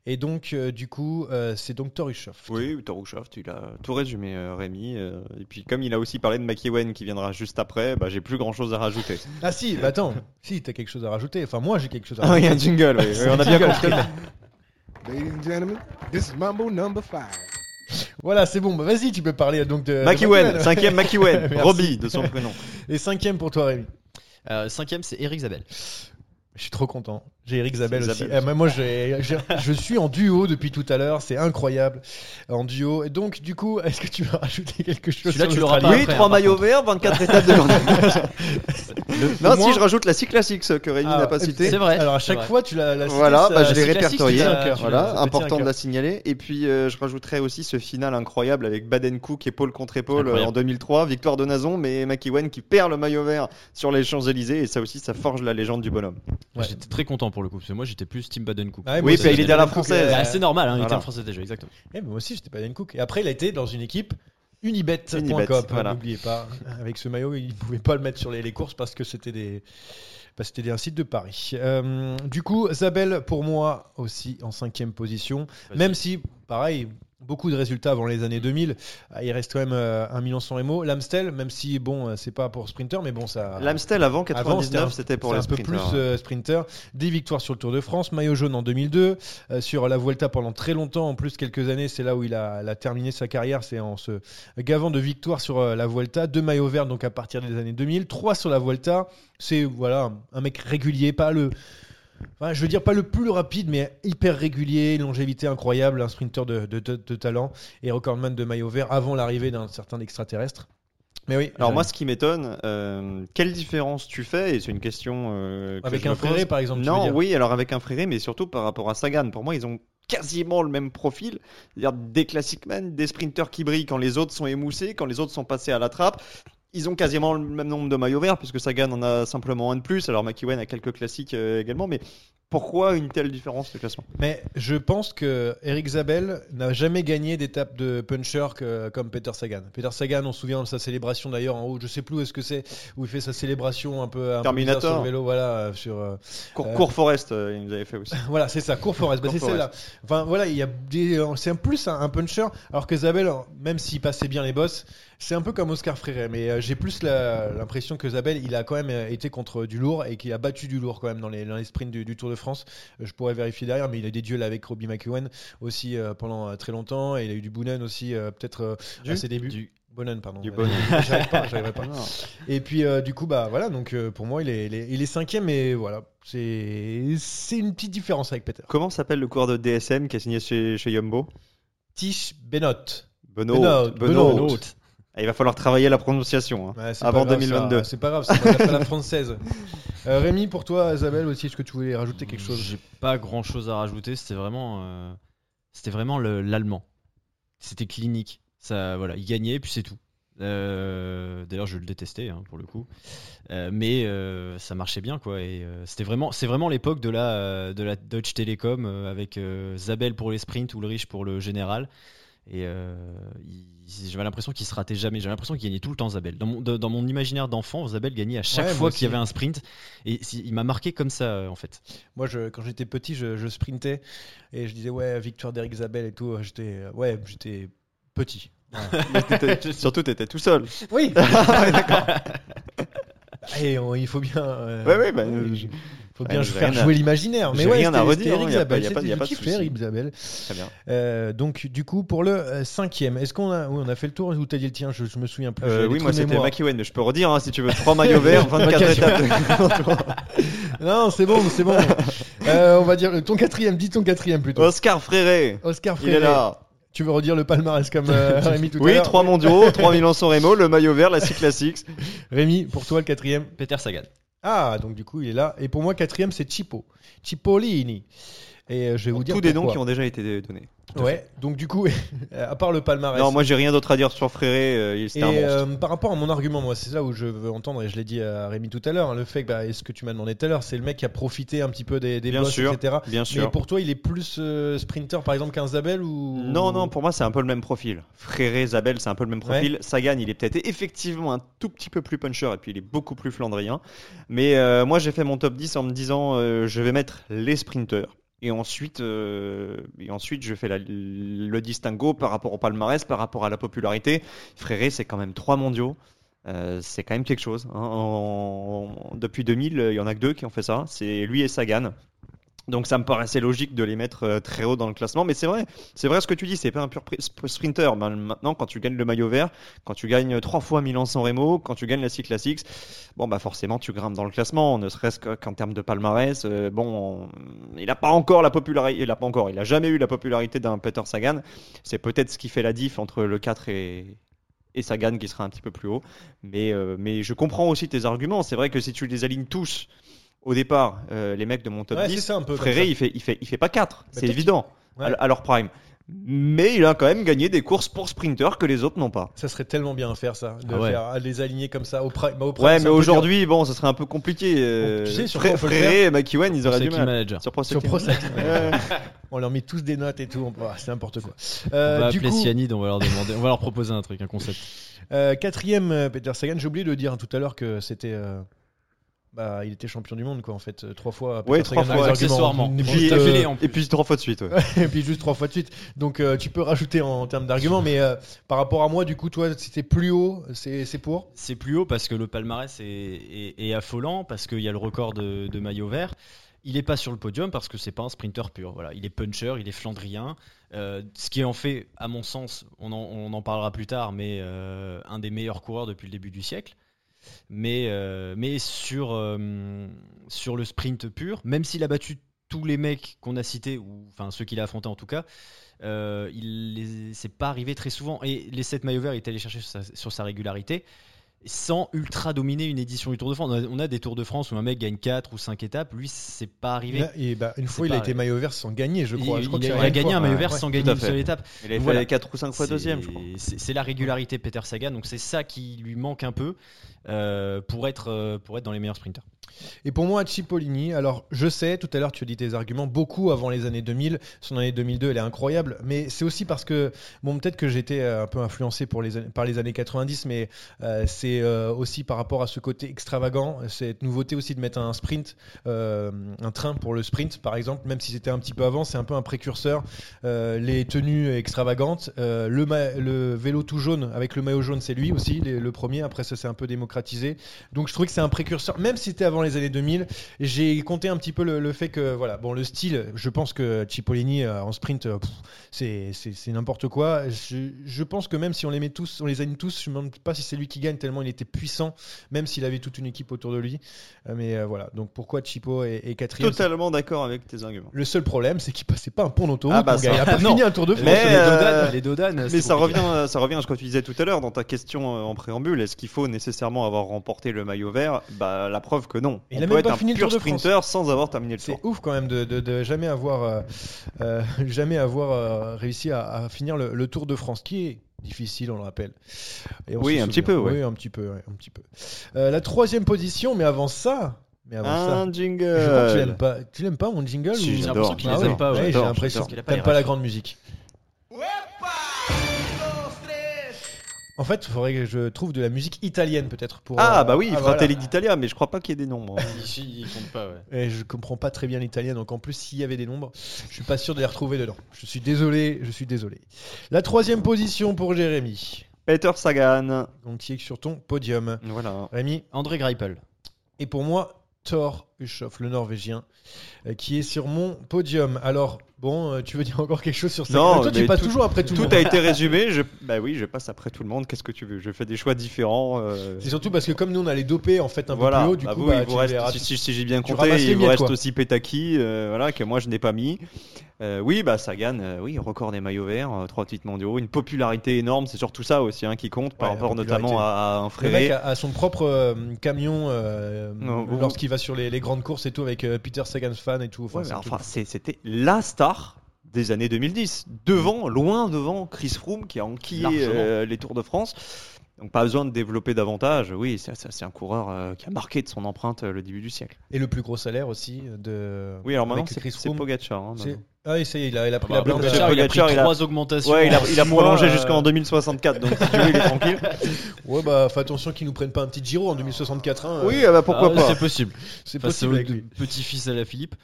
Speaker 1: Et donc euh, du coup, euh, c'est donc Torushoff.
Speaker 2: Oui, Torushoft, il a tout résumé, euh, Rémi. euh, et puis, comme il a aussi parlé de McEwen qui viendra juste après, bah, j'ai plus grand chose à rajouter.
Speaker 1: Ah si, bah attends, si t'as quelque chose à rajouter. Enfin moi j'ai quelque chose à
Speaker 2: Ah, il
Speaker 1: rajouter.
Speaker 2: y a un jingle, Euh, oui, oui, on a bien compris.
Speaker 4: Ladies and gentlemen, this is Mumble number five.
Speaker 1: voilà, c'est bon. Bah, vas-y, tu peux parler donc de. de
Speaker 2: McEwen, cinquième McEwen,
Speaker 1: Merci.
Speaker 2: Robbie de son prénom.
Speaker 1: Et cinquième pour toi, Rémi.
Speaker 3: Euh, cinquième, c'est Eric Zabel.
Speaker 1: Je suis trop content. J'ai Eric Zabel
Speaker 2: Isabelle
Speaker 1: aussi.
Speaker 2: aussi.
Speaker 1: Eh, mais moi, j'ai- j'ai- je suis en duo depuis tout à l'heure. C'est incroyable. En duo. Et donc, du coup, est-ce que tu veux rajouter quelque chose
Speaker 3: Celui-là,
Speaker 1: sur
Speaker 3: tu l'auras
Speaker 1: l'Australie
Speaker 3: pas
Speaker 2: Oui,
Speaker 3: après, hein,
Speaker 2: trois
Speaker 3: par
Speaker 2: maillots verts, 24 étapes de montagne.
Speaker 3: au
Speaker 2: Non,
Speaker 3: moins-
Speaker 2: si je rajoute la six classiques ce que Rémi
Speaker 1: Ah,
Speaker 2: n'a pas
Speaker 1: euh,
Speaker 2: cité.
Speaker 3: C'est vrai.
Speaker 1: Alors, à
Speaker 3: c'est
Speaker 1: chaque
Speaker 3: vrai.
Speaker 1: fois, tu l'as la cité,
Speaker 2: Voilà,
Speaker 1: ça-
Speaker 2: bah, je l'ai
Speaker 1: c'est classique,
Speaker 2: répertorié.
Speaker 1: ça tient à cœur. Ça
Speaker 2: Voilà,
Speaker 1: tient à
Speaker 2: important de
Speaker 1: cœur.
Speaker 2: la signaler. Et puis, euh, je rajouterai aussi ce final incroyable avec Baden Cook épaule contre épaule euh,
Speaker 3: Incroyable.
Speaker 2: en 2003, victoire de Nazon, mais McEwen qui perd le maillot vert sur les Champs-Élysées. Et ça aussi, ça forge la légende du bonhomme.
Speaker 1: Ouais.
Speaker 3: J'étais très content pour le coup, parce que moi j'étais plus Team Baden Cook.
Speaker 1: Ah ouais, moi
Speaker 2: Oui,
Speaker 1: aussi,
Speaker 2: puis il
Speaker 1: j'étais
Speaker 2: est à la
Speaker 1: Baden Cook,
Speaker 2: française.
Speaker 1: euh,
Speaker 3: Ah, c'est normal, hein, il était
Speaker 2: Voilà.
Speaker 3: en français déjà, exactement.
Speaker 1: eh, mais moi aussi, j'étais pas Dan Cook. Et après, il a été dans une équipe unibet.com.
Speaker 2: Unibet, voilà.
Speaker 1: N'oubliez pas. Avec ce maillot, il ne pouvait pas le mettre sur les, les courses parce que c'était des. parce que c'était un site de Paris. Euh, du coup, Zabel, pour moi, aussi en cinquième position,
Speaker 3: Vas-y.
Speaker 1: même si, pareil, beaucoup de résultats avant les années 2000, ah, il reste quand même euh, un million sans Remo. Lamstel, même si, bon, euh, c'est pas pour sprinter, mais bon, ça...
Speaker 2: L'Amstel avant
Speaker 1: Avant, c'était
Speaker 2: 99,
Speaker 1: un-
Speaker 2: c'était pour
Speaker 1: c'est
Speaker 2: les hein.
Speaker 1: un peu
Speaker 2: sprinters.
Speaker 1: plus euh, sprinter. Des victoires sur le Tour de France, maillot jaune en 2002, euh, sur la Vuelta pendant très longtemps, en plus quelques années, c'est là où il a, il a terminé sa carrière, c'est en se gavant de victoires sur euh, la Vuelta, deux maillots verts donc à partir des années 2000, trois sur la Vuelta. C'est voilà un mec régulier, pas le Enfin, je veux dire, pas le plus rapide, mais hyper régulier, longévité incroyable, un sprinter de, de- de- de talent et recordman de maillot vert avant l'arrivée d'un certain extraterrestre. Mais oui,
Speaker 2: Alors
Speaker 1: euh,
Speaker 2: moi, ce qui m'étonne, euh, quelle différence tu fais Et c'est une question euh, que
Speaker 1: avec
Speaker 2: je me
Speaker 1: un
Speaker 2: pose.
Speaker 1: fréré par exemple. tu veux
Speaker 2: Non,
Speaker 1: dire.
Speaker 2: oui, alors avec un Fréré, mais surtout par rapport à Sagan. Pour moi, ils ont quasiment le même profil, c'est-à-dire des classic men, des sprinters qui brillent quand les autres sont émoussés, quand les autres sont passés à la trappe. Ils ont quasiment le même nombre de maillots verts, puisque Sagan en a simplement un de plus. Alors McEwen a quelques classiques euh, également, mais pourquoi une telle différence de classement
Speaker 1: Mais je pense que Eric Zabel n'a jamais gagné d'étape de puncher que- comme Peter Sagan. Peter Sagan, on se souvient de sa célébration d'ailleurs en haut, je sais plus où est-ce que c'est, où il fait sa célébration un peu, un peu
Speaker 2: Terminator.
Speaker 1: bizarre sur le vélo, voilà, euh, sur. euh,
Speaker 2: Cour,
Speaker 1: Euh,
Speaker 2: Cour Forest, euh, il nous avait fait aussi.
Speaker 1: voilà, c'est ça, Court Forest. Bah,
Speaker 2: Court
Speaker 1: c'est celle-là. Enfin, voilà, il y a des, euh, c'est un plus un, un puncher, alors que Zabel, même s'il passait bien les boss, c'est un peu comme Oscar Freire. Mais euh, j'ai plus la- l'impression que Zabel, il a quand même euh, été contre du lourd et qu'il a battu du lourd quand même dans les, dans les sprints du, du Tour de France. Euh, Je pourrais vérifier derrière, mais il a des duels avec Robbie McEwen aussi euh, pendant euh, très longtemps et il a eu du Boonen aussi, euh, peut-être euh, à ses débuts.
Speaker 3: du-
Speaker 1: Boonen, pardon.
Speaker 2: Du Boonen.
Speaker 1: J'arrive pas, j'arriverai pas. Et puis euh, du coup bah voilà donc euh, pour moi il est, il est il est cinquième et voilà c'est c'est une petite différence avec Peter.
Speaker 2: Comment s'appelle le coureur de DSM qui a signé chez, chez Yumbo
Speaker 1: Tish Benoît.
Speaker 2: Benoît.
Speaker 1: Benoît,
Speaker 2: Benoît.
Speaker 1: Benoît.
Speaker 2: Ah, il va falloir travailler la prononciation. hein.
Speaker 1: Ouais, c'est
Speaker 2: Avant
Speaker 1: pas grave,
Speaker 2: 2022.
Speaker 1: ça. C'est pas grave, c'est pas, c'est pas la française. Euh, Rémi, pour toi, Isabelle aussi, est-ce que tu voulais rajouter quelque chose
Speaker 3: J'ai pas grand chose à rajouter. C'était vraiment, euh, c'était vraiment le- l'allemand. C'était clinique. Ça, voilà, il gagnait, puis c'est tout. Euh, D'ailleurs, je le détestais hein, pour le coup, Euh, mais euh, ça marchait bien quoi. Et euh, c'était vraiment, c'est vraiment l'époque de la euh, de la Deutsche Telekom euh, avec euh, Zabel pour les sprints, Ulrich pour le général. Et euh, il- j'avais l'impression qu'il se ratait jamais. J'avais l'impression qu'il gagnait tout le temps Zabel. Dans mon, de- dans mon imaginaire d'enfant, Zabel gagnait à chaque
Speaker 1: Ouais, moi
Speaker 3: fois qu'il y
Speaker 1: aussi.
Speaker 3: avait un sprint. Et si- il m'a marqué comme ça euh, en fait.
Speaker 1: Moi, je, quand j'étais petit, je, je sprintais et je disais, ouais, victoire d'Eric Isabelle et tout. J'étais euh, ouais, j'étais petit.
Speaker 2: Mais t'étais- surtout, t'étais tout seul.
Speaker 1: Oui Et on- il faut bien. euh,
Speaker 2: Ouais, ouais, bah,
Speaker 1: oui,
Speaker 2: je-
Speaker 1: faut
Speaker 2: ouais,
Speaker 1: bien
Speaker 2: j'ai
Speaker 1: faire
Speaker 2: rien à-
Speaker 1: jouer l'imaginaire. Mais
Speaker 2: j'ai
Speaker 1: ouais,
Speaker 2: rien à
Speaker 1: c'était-
Speaker 2: redire,
Speaker 1: c'était Eric
Speaker 2: hein, y a pas-
Speaker 1: Isabelle.
Speaker 2: y a pas-
Speaker 1: c'était
Speaker 2: y a
Speaker 1: du
Speaker 2: pas de
Speaker 1: kiff,
Speaker 2: souci.
Speaker 1: Eric Isabelle.
Speaker 2: Très bien.
Speaker 1: Euh, donc du coup pour le euh, cinquième, est-ce qu'on a, oui, on a fait le tour ou t'as dit le tien Je, je me souviens plus. j'ai
Speaker 2: Euh,
Speaker 1: des
Speaker 2: oui,
Speaker 1: trous
Speaker 2: moi
Speaker 1: de
Speaker 2: c'était
Speaker 1: mémoire.
Speaker 2: McEwen, mais je peux redire hein, si tu veux. 3 maillots verts, 24 étapes. de-
Speaker 1: Non, c'est bon, c'est bon. Euh, on va dire ton quatrième, dis ton quatrième plutôt.
Speaker 2: Oscar Freire,
Speaker 1: Oscar
Speaker 2: il est
Speaker 1: Freire.
Speaker 2: là.
Speaker 1: Tu veux redire le palmarès comme euh, Rémi tout à
Speaker 2: Oui,
Speaker 1: l'heure
Speaker 2: 3 mondiaux, 3 Milan-San Remo, le maillot vert, la Cyclassics.
Speaker 1: Rémi, pour toi le quatrième.
Speaker 3: Peter Sagan.
Speaker 1: Ah, donc du coup il est là. Et pour moi quatrième c'est Chipo, Chipolini. Et euh, je vais vous dire
Speaker 2: Tous des noms
Speaker 1: pourquoi.
Speaker 2: qui ont déjà été donnés.
Speaker 1: Ouais. Donc du coup, euh, à part le palmarès.
Speaker 2: Non, moi j'ai rien d'autre à dire sur Freire, euh, il-
Speaker 1: Et
Speaker 2: c'était un monstre.
Speaker 1: euh, par rapport à mon argument, moi, c'est là où je veux entendre, et je l'ai dit à Rémi tout à l'heure, hein, le fait que, bah, et ce que tu m'as demandé tout à l'heure, c'est le mec qui a profité un petit peu des, des
Speaker 2: Bien
Speaker 1: boss,
Speaker 2: sûr,
Speaker 1: etc.
Speaker 2: Bien
Speaker 1: bah, Mais
Speaker 2: sûr.
Speaker 1: pour toi, il est plus euh, sprinter, par exemple, qu'un Zabel ou
Speaker 2: Non, non, pour moi c'est un peu le même profil. Fréré, Zabel, c'est un peu le même profil. Sagan, il est peut-être effectivement un tout petit peu plus puncher et puis il est beaucoup plus flandrien. Mais euh, moi j'ai fait mon top 10 en me disant euh, je vais mettre les sprinters. Et ensuite, euh, et ensuite, je fais la- le distinguo par rapport au palmarès, par rapport à la popularité. Fréré, c'est quand même trois mondiaux. Euh, c'est quand même quelque chose. hein. En- en- depuis 2000, euh, il y en a que deux qui ont fait ça. C'est lui et Sagan. Donc ça me paraissait logique de les mettre euh, très haut dans le classement. Mais c'est vrai, c'est vrai ce que tu dis, c'est pas un pur pri- sp- sprinter. Ben, Maintenant, quand tu gagnes le maillot vert, quand tu gagnes trois fois Milan-San Remo, quand tu gagnes la Cyclassics, bon bah forcément tu grimpes dans le classement, ne serait-ce que- qu'en termes de palmarès. euh, bon, on- il n'a pas encore la popularité, il a pas encore, il a jamais eu la popularité d'un Peter Sagan. C'est peut-être ce qui fait la diff entre le 4 et et Sagan qui sera un petit peu plus haut. Mais euh, mais je comprends aussi tes arguments. C'est vrai que si tu les alignes tous au départ, euh, les mecs de mon top
Speaker 1: Ouais, c'est
Speaker 2: 10,
Speaker 1: ça un peu. comme
Speaker 2: Fréré, il fait, il fait, il fait pas 4, c'est
Speaker 1: peut-être
Speaker 2: évident,
Speaker 1: qu'il-
Speaker 2: à,
Speaker 1: Ouais.
Speaker 2: à leur prime. Mais il a quand même gagné des courses pour sprinter que les autres n'ont pas.
Speaker 1: ça. Ça serait tellement bien à faire ça, de
Speaker 3: Ah ouais.
Speaker 1: faire, à les aligner comme ça au prime. bah, au prime,
Speaker 2: Ouais,
Speaker 1: c'est
Speaker 2: mais
Speaker 1: un peu
Speaker 2: aujourd'hui, bon, ce serait un peu compliqué. euh,
Speaker 1: tu sais, sur
Speaker 2: Fré-
Speaker 1: quoi on peut le
Speaker 2: Fréré et McEwen, ils auraient
Speaker 3: C'est
Speaker 2: du
Speaker 3: qui
Speaker 2: mal.
Speaker 3: manager
Speaker 2: Sur
Speaker 1: dur. sur
Speaker 2: Prospect.
Speaker 1: Prosac.
Speaker 2: Ouais.
Speaker 1: on leur met tous des notes et tout, on- ah, c'est n'importe quoi.
Speaker 3: On
Speaker 1: Euh,
Speaker 3: va
Speaker 1: du
Speaker 3: appeler
Speaker 1: coup,
Speaker 3: Cyanide, on va leur demander, on va leur proposer un truc, un concept.
Speaker 1: euh, quatrième euh, Peter Sagan, j'ai oublié de le dire hein, tout à l'heure que c'était euh, bah, il était champion du monde, quoi, en fait, euh, trois fois.
Speaker 2: Ouais,
Speaker 1: Peut-être
Speaker 2: trois
Speaker 1: qu'il y en a
Speaker 2: fois,
Speaker 1: des arguments.
Speaker 3: accessoirement.
Speaker 1: Et
Speaker 3: Et
Speaker 1: puis,
Speaker 2: Puis,
Speaker 3: Juste,
Speaker 1: euh,
Speaker 3: affilé, en
Speaker 2: et puis trois fois de suite. ouais.
Speaker 1: et puis juste trois fois de suite. Donc euh, tu peux rajouter en termes d'arguments, mais euh, par rapport à moi, du coup, toi, si c'est plus haut, c'est c'est pour.
Speaker 3: C'est plus haut parce que le palmarès est, est- est affolant, parce qu'il y a le record de, de maillot vert. Il n'est pas sur le podium parce que c'est pas un sprinter pur. Voilà, il est puncher, il est flandrien. Euh, ce qui en fait, à mon sens, on en, on en parlera plus tard, mais euh, un des meilleurs coureurs depuis le début du siècle. Mais, euh, mais sur, euh, sur le sprint pur, même s'il a battu tous les mecs qu'on a cités, ou enfin ceux qu'il a affrontés en tout cas, euh, il les- c'est pas arrivé très souvent. Et les 7 maillots verts, il est allé chercher sur sa- sur sa régularité sans ultra dominer une édition du Tour de France. On a, on a des Tours de France où un mec gagne 4 ou 5 étapes, lui c'est pas arrivé.
Speaker 1: Là, et bah, une
Speaker 3: C'est
Speaker 1: fois, il a
Speaker 3: pas-
Speaker 1: été maillot vert sans gagner, je
Speaker 3: Il,
Speaker 1: crois. je
Speaker 3: il
Speaker 1: crois que
Speaker 3: a,
Speaker 1: c'est
Speaker 3: il
Speaker 1: la
Speaker 3: a gagné
Speaker 1: fois.
Speaker 3: un maillot
Speaker 1: Ouais,
Speaker 3: vert
Speaker 1: ouais.
Speaker 3: sans
Speaker 2: tout
Speaker 3: gagner
Speaker 2: à
Speaker 3: une
Speaker 2: fait.
Speaker 3: seule étape.
Speaker 2: Il a
Speaker 3: Voilà.
Speaker 2: fait 4 ou 5 fois
Speaker 3: C'est-
Speaker 2: deuxième, je crois.
Speaker 3: C'est c'est la régularité Peter Sagan, donc c'est ça qui lui manque un peu euh, pour, être, euh, pour être dans les meilleurs sprinters.
Speaker 1: Et pour moi, Cipollini, alors je sais, tout à l'heure tu as dit tes arguments beaucoup avant les années 2000, son année 2002 elle est incroyable, mais c'est aussi parce que, bon peut-être que j'étais euh, un peu influencé pour les, an- par les années 90, mais euh, c'est euh, aussi par rapport à ce côté extravagant, cette nouveauté aussi de mettre un sprint, euh, un train pour le sprint par exemple, même si c'était un petit peu avant, c'est un peu un précurseur, Euh, les tenues extravagantes, euh, le, ma- le vélo tout jaune avec le maillot jaune c'est lui aussi, les- le premier, après ça s'est un peu démocratisé, donc je trouvais que c'est un précurseur, même si c'était avant les années 2000. J'ai compté un petit peu le, le fait que, voilà, bon, le style, je pense que Cipollini euh, en sprint, euh, pff, c'est- c'est c'est n'importe quoi. Je, je pense que même si on les met tous, on les aime tous, je ne me demande pas si c'est lui qui gagne, tellement il était puissant, même s'il avait toute une équipe autour de lui. Euh, Mais euh, voilà, donc pourquoi Chipo est, est quatrième
Speaker 2: Totalement d'accord avec tes arguments.
Speaker 1: Le seul problème, c'est qu'il passait pas un pont d'autoroute.
Speaker 2: Ah bah
Speaker 1: mon gars.
Speaker 2: ça-
Speaker 1: il a pas
Speaker 2: non.
Speaker 1: fini un tour de France.
Speaker 2: Mais,
Speaker 3: les
Speaker 2: euh,
Speaker 3: Dodanes, les Dodanes,
Speaker 2: Mais
Speaker 3: c'est
Speaker 2: ça
Speaker 3: compliqué.
Speaker 2: revient, euh, ça revient à ce que tu disais tout à l'heure dans ta question euh, en préambule. Est-ce qu'il faut nécessairement avoir remporté le maillot vert Bah la preuve que non.
Speaker 1: Il
Speaker 2: On
Speaker 1: a
Speaker 2: peut
Speaker 1: même
Speaker 2: être
Speaker 1: pas
Speaker 2: un
Speaker 1: fini le
Speaker 2: pur
Speaker 1: Tour de France.
Speaker 2: sprinter sans avoir terminé le
Speaker 1: C'est
Speaker 2: tour.
Speaker 1: ouf quand même de, de- de jamais avoir, euh, euh, jamais avoir euh, réussi à, à finir le, le Tour de France, qui est difficile, on le rappelle. Et on
Speaker 2: Oui,
Speaker 1: se
Speaker 2: un petit
Speaker 1: souvient.
Speaker 2: peu, ouais.
Speaker 1: Oui, un petit peu, ouais, un petit peu. Euh, la troisième position, mais avant ça, mais avant ça,
Speaker 2: Un jingle.
Speaker 1: je crois que tu l'aimes pas. Tu l'aimes pas mon jingle
Speaker 2: Si,
Speaker 1: ou-
Speaker 2: j'adore. Bah
Speaker 3: J'ai
Speaker 1: Ah ouais,
Speaker 3: l'impression qu'il les aime pas. ouais.
Speaker 1: ouais, J'ai
Speaker 2: j'adore,
Speaker 1: l'impression
Speaker 2: j'adore.
Speaker 1: qu'il
Speaker 3: Il a pas
Speaker 1: n'aime
Speaker 3: les
Speaker 1: pas la
Speaker 3: refs.
Speaker 1: grande musique. En fait, il faudrait que je trouve de la musique italienne peut-être pour.
Speaker 2: Ah
Speaker 1: euh,
Speaker 2: bah oui,
Speaker 1: voilà.
Speaker 2: Fratelli d'Italia, mais je crois pas qu'il y ait des nombres.
Speaker 3: Ici, il compte pas, ouais.
Speaker 1: Et Eh, je comprends pas très bien l'italien, donc en plus, s'il y avait des nombres, je suis pas sûr de les retrouver dedans. Je suis désolé, je suis désolé. La troisième position pour Jérémy,
Speaker 2: Peter Sagan.
Speaker 1: donc qui est sur ton podium.
Speaker 2: Voilà.
Speaker 1: Rémi,
Speaker 3: André Greipel.
Speaker 1: et pour moi, Thor Huchoff, le Norvégien, euh, qui est sur mon podium. Alors, bon, euh, tu veux dire encore quelque chose sur ça
Speaker 2: Non,
Speaker 1: Toi, tu
Speaker 2: mais
Speaker 1: passes
Speaker 2: tout-
Speaker 1: toujours après tout,
Speaker 2: Tout,
Speaker 1: le monde.
Speaker 2: a été résumé. Je... Bah oui, je passe après tout le monde. Qu'est-ce que tu veux Je fais des choix différents. euh,
Speaker 1: C'est surtout parce que comme nous, on a les dopés en fait un
Speaker 2: voilà.
Speaker 1: peu plus haut, du
Speaker 2: Bah
Speaker 1: coup,
Speaker 2: vous,
Speaker 1: bah,
Speaker 2: il vous
Speaker 1: tu
Speaker 2: reste-
Speaker 1: verras-
Speaker 2: si, si- si j'ai bien
Speaker 1: tu ramasses
Speaker 2: compté,
Speaker 1: les
Speaker 2: il vous
Speaker 1: miettes,
Speaker 2: reste
Speaker 1: quoi.
Speaker 2: aussi Petaki, euh, voilà, que moi je n'ai pas mis. Euh, oui, bah Sagan, euh, oui, record des maillots verts, euh, trois titres mondiaux, une popularité énorme, c'est surtout ça aussi hein, qui compte, par
Speaker 1: Ouais, la
Speaker 2: rapport notamment
Speaker 1: popularité.
Speaker 2: à, à un
Speaker 1: Le mec
Speaker 2: fréré.
Speaker 1: a, a son propre euh, camion euh,
Speaker 2: Non, vous-
Speaker 1: lorsqu'il va sur les, les grandes courses et tout avec euh, Peter Sagan fan et tout. Enfin,
Speaker 2: Ouais,
Speaker 1: c'est
Speaker 2: mais
Speaker 1: un
Speaker 2: enfin, c'est- c'était la star des années 2010, devant, loin devant Chris Froome qui a enquillé
Speaker 3: Largement.
Speaker 2: euh, les Tours de France. Donc pas besoin de développer davantage. Oui, ça- ça, c'est un coureur euh, qui a marqué de son empreinte euh, le début du siècle.
Speaker 1: Et le plus gros salaire aussi euh, de.
Speaker 2: Oui, Bah, alors
Speaker 1: avec
Speaker 2: maintenant c'est
Speaker 1: Chris
Speaker 2: c'est
Speaker 1: Froome.
Speaker 2: Pogacar. hein,
Speaker 1: C'est-
Speaker 2: maintenant.
Speaker 1: Ah oui, ça y est, il a, il a pris la blinde.
Speaker 2: après, Pogacar,
Speaker 3: bah, il a pris
Speaker 2: Pogacar, il a-
Speaker 3: 3 augmentations.
Speaker 2: Ouais, il a,
Speaker 3: en
Speaker 2: il a
Speaker 3: six
Speaker 2: prolongé
Speaker 3: mois, euh,
Speaker 2: jusqu'en 2064, donc si tu veux, il est tranquille.
Speaker 1: Ouais, bah, fais attention qu'ils nous prennent pas un petit Giro en 2064. hein,
Speaker 2: Oui,
Speaker 1: euh,
Speaker 2: ah bah pourquoi
Speaker 3: ah,
Speaker 2: pas
Speaker 3: C'est possible.
Speaker 1: c'est
Speaker 3: Face au
Speaker 1: possible avec lui.
Speaker 3: petit-fils à la Philippe.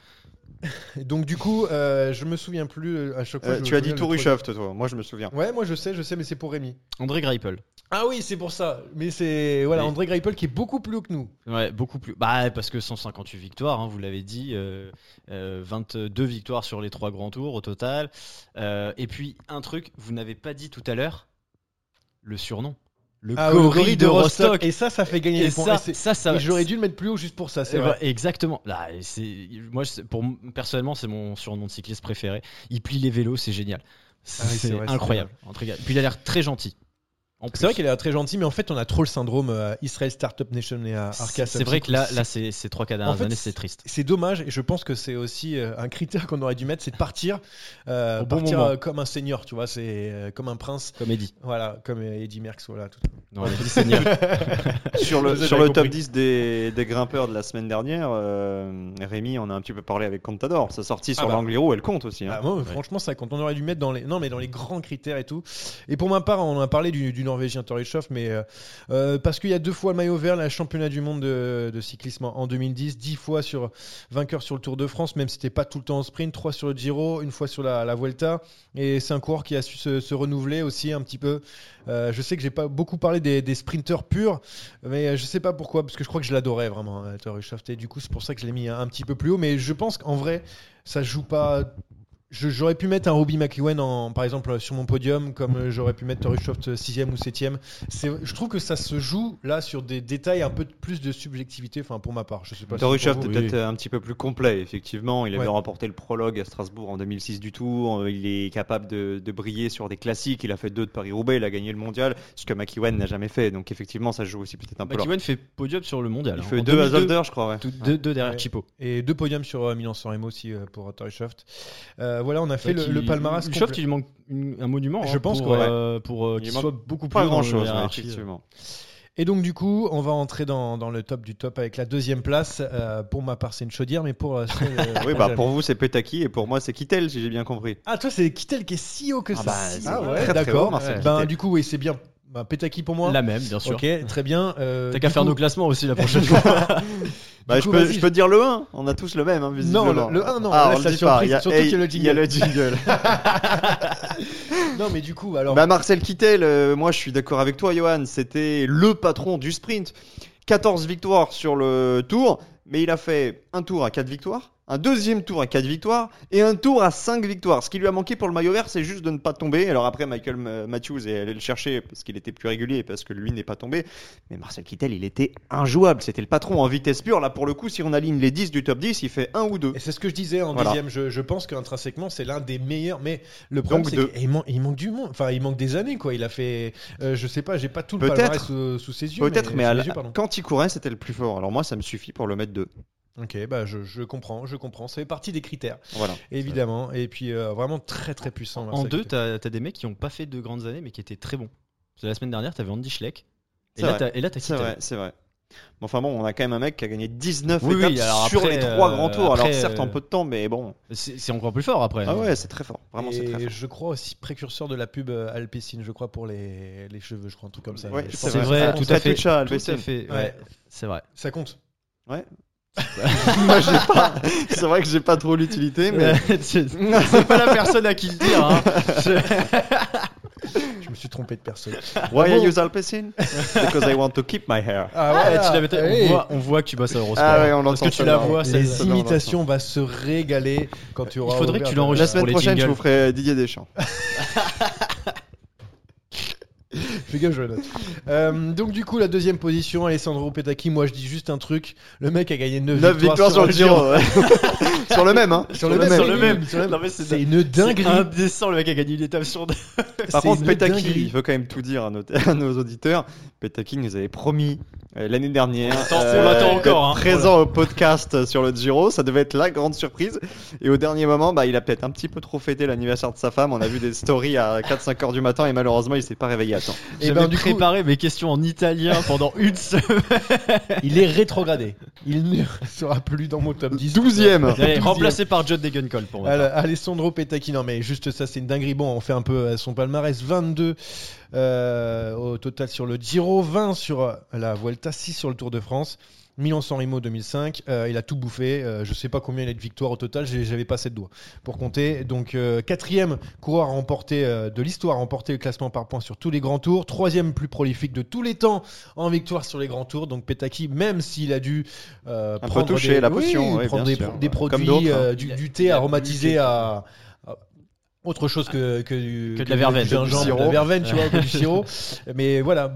Speaker 1: Et Donc, du coup, euh, je me souviens plus euh, à chaque fois.
Speaker 2: Euh,
Speaker 1: je-
Speaker 2: tu
Speaker 1: je
Speaker 2: as dit
Speaker 1: regarde le
Speaker 2: tout
Speaker 1: troisième.
Speaker 2: Rushoft, toi, moi je me souviens.
Speaker 1: Ouais, moi je sais, je sais, mais c'est pour Rémi.
Speaker 3: André Greipel.
Speaker 1: Ah oui, c'est pour ça. Mais c'est. Voilà,
Speaker 3: Oui.
Speaker 1: André Greipel qui est beaucoup plus haut que nous.
Speaker 3: Ouais, beaucoup plus. Bah, parce que 158 victoires, hein, vous l'avez dit, euh, euh, 22 victoires sur les trois grands tours au total. Euh, et puis, un truc, vous n'avez pas dit tout à l'heure, le surnom. Le
Speaker 1: Ah,
Speaker 3: gorille,
Speaker 1: le gorille
Speaker 3: de Rostock.
Speaker 1: Et ça, ça fait gagner
Speaker 3: Et
Speaker 1: les points.
Speaker 3: ça,
Speaker 1: Et c'est-
Speaker 3: ça, ça
Speaker 1: et J'aurais dû le mettre plus haut juste pour ça, c'est
Speaker 3: Eh
Speaker 1: vrai.
Speaker 3: ben, exactement. Là, et c'est moi c'est- pour personnellement c'est mon surnom de cycliste préféré. Il plie les vélos, c'est génial.
Speaker 1: Ah oui, c'est
Speaker 3: C'est
Speaker 1: vrai, c'est
Speaker 3: incroyable. En tout cas. Puis il a l'air très gentil. En
Speaker 1: C'est vrai
Speaker 3: plus.
Speaker 1: qu'elle est très gentille, mais en fait, on a trop le syndrome euh, Israel Startup Nation et euh, Arca.
Speaker 3: C'est c'est vrai que là, là c'est ces trois quatre
Speaker 1: En
Speaker 3: dernières
Speaker 1: fait,
Speaker 3: années, c'est triste.
Speaker 1: C'est dommage et je pense que c'est aussi euh, un critère qu'on aurait dû mettre, c'est de partir, euh,
Speaker 3: Au bon
Speaker 1: partir,
Speaker 3: moment.
Speaker 1: euh, comme un seigneur, tu vois, c'est euh, comme un prince,
Speaker 3: Comédie.
Speaker 1: voilà, comme euh, Eddie Merckx, voilà. tout.
Speaker 3: Non, Eddie, Seigneur.
Speaker 2: Sur le,
Speaker 1: Vous avez
Speaker 2: sur le
Speaker 1: compris.
Speaker 2: top 10 des, des grimpeurs de la semaine dernière, euh, Rémi en a un petit peu parlé avec Contador. Sa sortie sur
Speaker 1: Ah bah.
Speaker 2: l'Angliru, elle compte aussi. hein.
Speaker 1: Ah, moi, franchement, ça quand on aurait dû mettre dans les, non mais dans les grands critères et tout. Et pour ma part, on a parlé du, du
Speaker 3: Norvégien Torichov, mais euh, euh, parce qu'il y a deux fois le maillot vert, la championnat du monde de, de cyclisme en 2010, dix fois sur vainqueur sur le Tour de France, même si c'était pas tout le temps en sprint, trois sur le Giro, une fois sur la, la Vuelta, et c'est un coureur qui a su se, se renouveler aussi un petit peu. Euh, je sais que j'ai pas beaucoup parlé des, des sprinteurs purs, mais euh, je sais pas pourquoi, parce que je crois que je l'adorais vraiment, euh, Torichov, et du coup c'est pour ça que je l'ai mis un, un petit peu plus haut, mais je pense qu'en vrai, ça se joue pas je- J'aurais pu mettre un Robbie McEwen en, par exemple sur mon podium, comme euh, j'aurais pu mettre Torushoft 6 ou 7 Je trouve que ça se joue là sur des détails un peu de- plus de subjectivité, enfin pour ma part. Je sais pas si pour
Speaker 2: Torushoff
Speaker 3: vous.
Speaker 2: est peut-être euh, un petit peu plus complet, effectivement. Il avait
Speaker 3: Ouais.
Speaker 2: remporté le prologue à Strasbourg en 2006 du Tour. Euh, Il est capable de, de briller sur des classiques. Il a fait deux de Paris-Roubaix. Il a gagné le mondial, ce que McEwen n'a jamais fait. Donc, effectivement, ça joue aussi peut-être un peu là.
Speaker 1: McEwen fait podium sur le mondial.
Speaker 2: Il
Speaker 1: hein.
Speaker 2: fait
Speaker 1: En
Speaker 2: deux à
Speaker 1: 2002,
Speaker 2: Zolder, je crois. ouais.
Speaker 1: tout- deux, deux derrière
Speaker 3: Ouais.
Speaker 1: Chipo.
Speaker 3: Et deux podiums sur euh, Milan San Remo aussi euh, pour Torushoft. voilà, on a fait le, le palmarras.
Speaker 1: Choft,
Speaker 3: complet.
Speaker 1: Bah, il lui manque une- un monument.
Speaker 3: Je
Speaker 1: hein,
Speaker 3: pense
Speaker 1: pour,
Speaker 3: que, ouais.
Speaker 1: euh, pour euh,
Speaker 2: Il
Speaker 1: qu'il
Speaker 2: manque
Speaker 1: soit beaucoup plus
Speaker 3: Ah,
Speaker 2: Pas
Speaker 1: dans
Speaker 2: grand-chose,
Speaker 1: la
Speaker 2: ouais,
Speaker 1: hiérarchie.
Speaker 2: effectivement.
Speaker 3: euh. Et donc du coup, on va entrer dans, dans le top du top avec la deuxième place. Euh, pour ma part, c'est une chaudière, mais pour... euh, c'est, euh,
Speaker 2: Oui, bah
Speaker 3: j'aime.
Speaker 2: pour vous, c'est Petaki et pour moi, c'est Kittel, si j'ai bien compris.
Speaker 3: Ah, toi, c'est Kittel qui est si haut
Speaker 1: Ah,
Speaker 3: que ça.
Speaker 2: bah,
Speaker 3: Si
Speaker 2: c'est
Speaker 3: haut. Ah
Speaker 2: très,
Speaker 3: ouais,
Speaker 2: très haut,
Speaker 3: d'accord.
Speaker 2: Marcel
Speaker 3: Ben,
Speaker 2: Kittel.
Speaker 3: du coup, oui, c'est bien. Ben, Petaki pour moi.
Speaker 1: hein, La même, bien sûr.
Speaker 3: Ok, très bien. Euh,
Speaker 1: T'as
Speaker 3: du
Speaker 1: qu'à faire
Speaker 3: coup-
Speaker 1: nos classements aussi la prochaine fois.
Speaker 2: Bah,
Speaker 3: Du
Speaker 2: je,
Speaker 3: coup,
Speaker 2: peux,
Speaker 3: vas-y.
Speaker 2: je peux dire le 1, on a tous le même, hein, visiblement.
Speaker 3: le- le 1, non,
Speaker 2: ah,
Speaker 3: là,
Speaker 2: on
Speaker 3: c'est
Speaker 2: le dit
Speaker 3: la
Speaker 2: pas. Il y a,
Speaker 3: surprise, surtout
Speaker 2: hey,
Speaker 3: qu'il y a le
Speaker 2: il y a le jingle.
Speaker 3: Non, mais du coup, alors.
Speaker 2: Bah, Marcel Kittel, euh, moi je suis d'accord avec toi, Johan, c'était le patron du sprint. 14 victoires sur le tour, mais il a fait un tour à 4 victoires, un deuxième tour à 4 victoires et un tour à 5 victoires. Ce qui lui a manqué pour le maillot vert, c'est juste de ne pas tomber. Alors après, Michael euh, Matthews est allé le chercher parce qu'il était plus régulier et parce que lui n'est pas tombé. Mais Marcel Kittel, il était injouable. C'était le patron en vitesse pure. Là, pour le coup, si on aligne les 10 du top 10, il fait un ou deux.
Speaker 3: et c'est ce que je disais en
Speaker 2: Voilà.
Speaker 3: deuxième. Je, je pense qu'intrinsèquement, c'est l'un des meilleurs. Mais le problème,
Speaker 2: Donc
Speaker 3: c'est
Speaker 2: deux.
Speaker 3: qu'il man- il manque du monde. Enfin, il manque des années, quoi. Il a fait. euh, je sais pas, j'ai pas tout le
Speaker 2: Peut-être.
Speaker 3: palmarès sous, sous ses yeux.
Speaker 2: Peut-être, mais,
Speaker 3: sous
Speaker 2: à
Speaker 3: mes
Speaker 2: la-
Speaker 3: yeux, pardon.
Speaker 2: quand il courait, c'était le plus fort. Alors moi, ça me suffit pour le mettre 2.
Speaker 3: Ok, bah, je, je comprends, je comprends. C'est partie des critères,
Speaker 2: Voilà.
Speaker 3: évidemment. Et puis, euh, vraiment très, très puissant.
Speaker 1: En
Speaker 3: Marcel
Speaker 1: deux,
Speaker 3: Kittel.
Speaker 1: t'as as des mecs qui n'ont pas fait de grandes années mais qui étaient très bons. Parce que La semaine dernière, t'avais Andy Schleck. Et
Speaker 2: C'est
Speaker 1: là,
Speaker 2: vrai.
Speaker 1: t'as- et là, t'as
Speaker 2: C'est
Speaker 1: Kittel.
Speaker 2: vrai, c'est vrai. Mais enfin bon, on a quand même un mec qui a gagné 19
Speaker 1: Oui,
Speaker 2: étapes
Speaker 1: oui, alors
Speaker 2: sur
Speaker 1: après,
Speaker 2: les trois
Speaker 1: euh,
Speaker 2: grands tours.
Speaker 1: après,
Speaker 2: alors certes, en
Speaker 1: euh,
Speaker 2: peu de temps, mais bon.
Speaker 1: C'est c'est encore plus fort après. hein.
Speaker 2: Ah ouais, c'est très fort. Vraiment, c'est très
Speaker 3: Et
Speaker 2: fort.
Speaker 3: je crois aussi précurseur de la pub euh, Alpecin, je crois, pour les, les cheveux, je crois, un truc comme ça.
Speaker 2: Ouais,
Speaker 3: Je
Speaker 2: c'est
Speaker 3: pense
Speaker 1: C'est
Speaker 3: que
Speaker 1: vrai,
Speaker 3: ça
Speaker 2: Ah,
Speaker 1: tout
Speaker 3: compte.
Speaker 1: à fait.
Speaker 2: Tatoucha,
Speaker 1: tout à
Speaker 2: Alvesen.
Speaker 1: fait. Ouais,
Speaker 3: Ouais.
Speaker 1: c'est vrai.
Speaker 3: Ça compte.
Speaker 2: Moi, j'ai pas. C'est vrai que j'ai pas trop l'utilité, mais.
Speaker 1: Euh, c'est c'est pas la personne à qui le dire. hein.
Speaker 3: Je me suis trompé de personne.
Speaker 1: Ah
Speaker 2: Why I use Alpecin? Because I want to keep my hair.
Speaker 3: Ah
Speaker 1: Ouais, tu la mettais- on, voit, on voit que tu bosses à Eurosport.
Speaker 2: Ah ouais, on
Speaker 1: Parce que
Speaker 2: l'entend
Speaker 1: tu la
Speaker 2: celle-là.
Speaker 1: vois,
Speaker 2: ça-
Speaker 3: les
Speaker 2: ça-
Speaker 3: imitations, on va se régaler quand tu auras.
Speaker 1: faudrait que
Speaker 3: ouvert
Speaker 1: tu
Speaker 3: ta-
Speaker 1: l'enregistres.
Speaker 2: La
Speaker 1: Pour
Speaker 2: semaine
Speaker 1: les
Speaker 2: prochaine, je
Speaker 1: jingles.
Speaker 2: vous ferai Didier Deschamps.
Speaker 3: Fais gaffe, je le note. Euh, donc, du coup, la deuxième position, Alessandro Petacchi. Moi, je dis juste un truc. Le mec a gagné 9,
Speaker 2: 9 victoires sur le Giro. ouais. Sur le même, hein.
Speaker 3: Sur le même.
Speaker 1: Sur le même.
Speaker 3: Sur le
Speaker 1: Non, mais c'est
Speaker 3: C'est une dinguerie.
Speaker 1: C'est indécent, le mec a gagné une étape sur deux.
Speaker 2: Par
Speaker 3: C'est
Speaker 2: contre,
Speaker 3: une
Speaker 2: Petaki,
Speaker 3: dinguerie.
Speaker 2: il faut quand même tout dire à nos, à nos auditeurs. Petaki nous avait promis euh, l'année dernière euh,
Speaker 1: Attends, on l'attend
Speaker 2: d'être
Speaker 1: encore, hein.
Speaker 2: présent au podcast sur le Giro. Ça devait être la grande surprise. Et au dernier moment, bah, il a peut-être un petit peu trop fêté l'anniversaire de sa femme. On a vu des stories à 4-5 heures du matin et malheureusement, il s'est pas réveillé à temps.
Speaker 3: Et
Speaker 1: J'avais
Speaker 3: ben, du coup-
Speaker 1: préparé mes questions en italien pendant une semaine.
Speaker 3: Il est rétrogradé. Il ne sera plus dans mon top 10.
Speaker 2: 12ème
Speaker 1: Allez,
Speaker 3: Douzième.
Speaker 1: remplacé par John Degenkolb pour moi.
Speaker 3: Alors, Alessandro Petacchi, non mais juste ça, c'est une dinguerie. Bon, on fait un peu euh, son palmarès 22 euh, au total sur le Giro, 20 sur euh, la Vuelta, 6 sur le Tour de France. Milan-San Remo 2005, euh, il a tout bouffé. euh, je sais pas combien il a de victoires au total, j'ai- j'avais pas 7 doigts pour compter. Donc, euh, quatrième coureur à remporter, euh, de l'histoire, à remporter le classement par points sur tous les grands tours. Troisième plus prolifique de tous les temps en victoire sur les grands tours. Donc, Petaki, même s'il a dû euh,
Speaker 2: peu
Speaker 3: prendre
Speaker 2: toucher
Speaker 3: des,
Speaker 2: la potion, oui,
Speaker 3: prendre
Speaker 2: bien
Speaker 3: des,
Speaker 2: sûr.
Speaker 3: pro- des
Speaker 2: Comme d'autres,
Speaker 3: produits,
Speaker 2: hein.
Speaker 3: euh, du, du
Speaker 1: Il
Speaker 3: thé
Speaker 1: a
Speaker 3: aromatisé
Speaker 1: plus
Speaker 3: à, à autre chose que, que, du,
Speaker 1: Que de la verveine.
Speaker 3: du gingembre,
Speaker 2: Du sirop.
Speaker 3: de la verveine, tu vois, que du sirop. Mais voilà,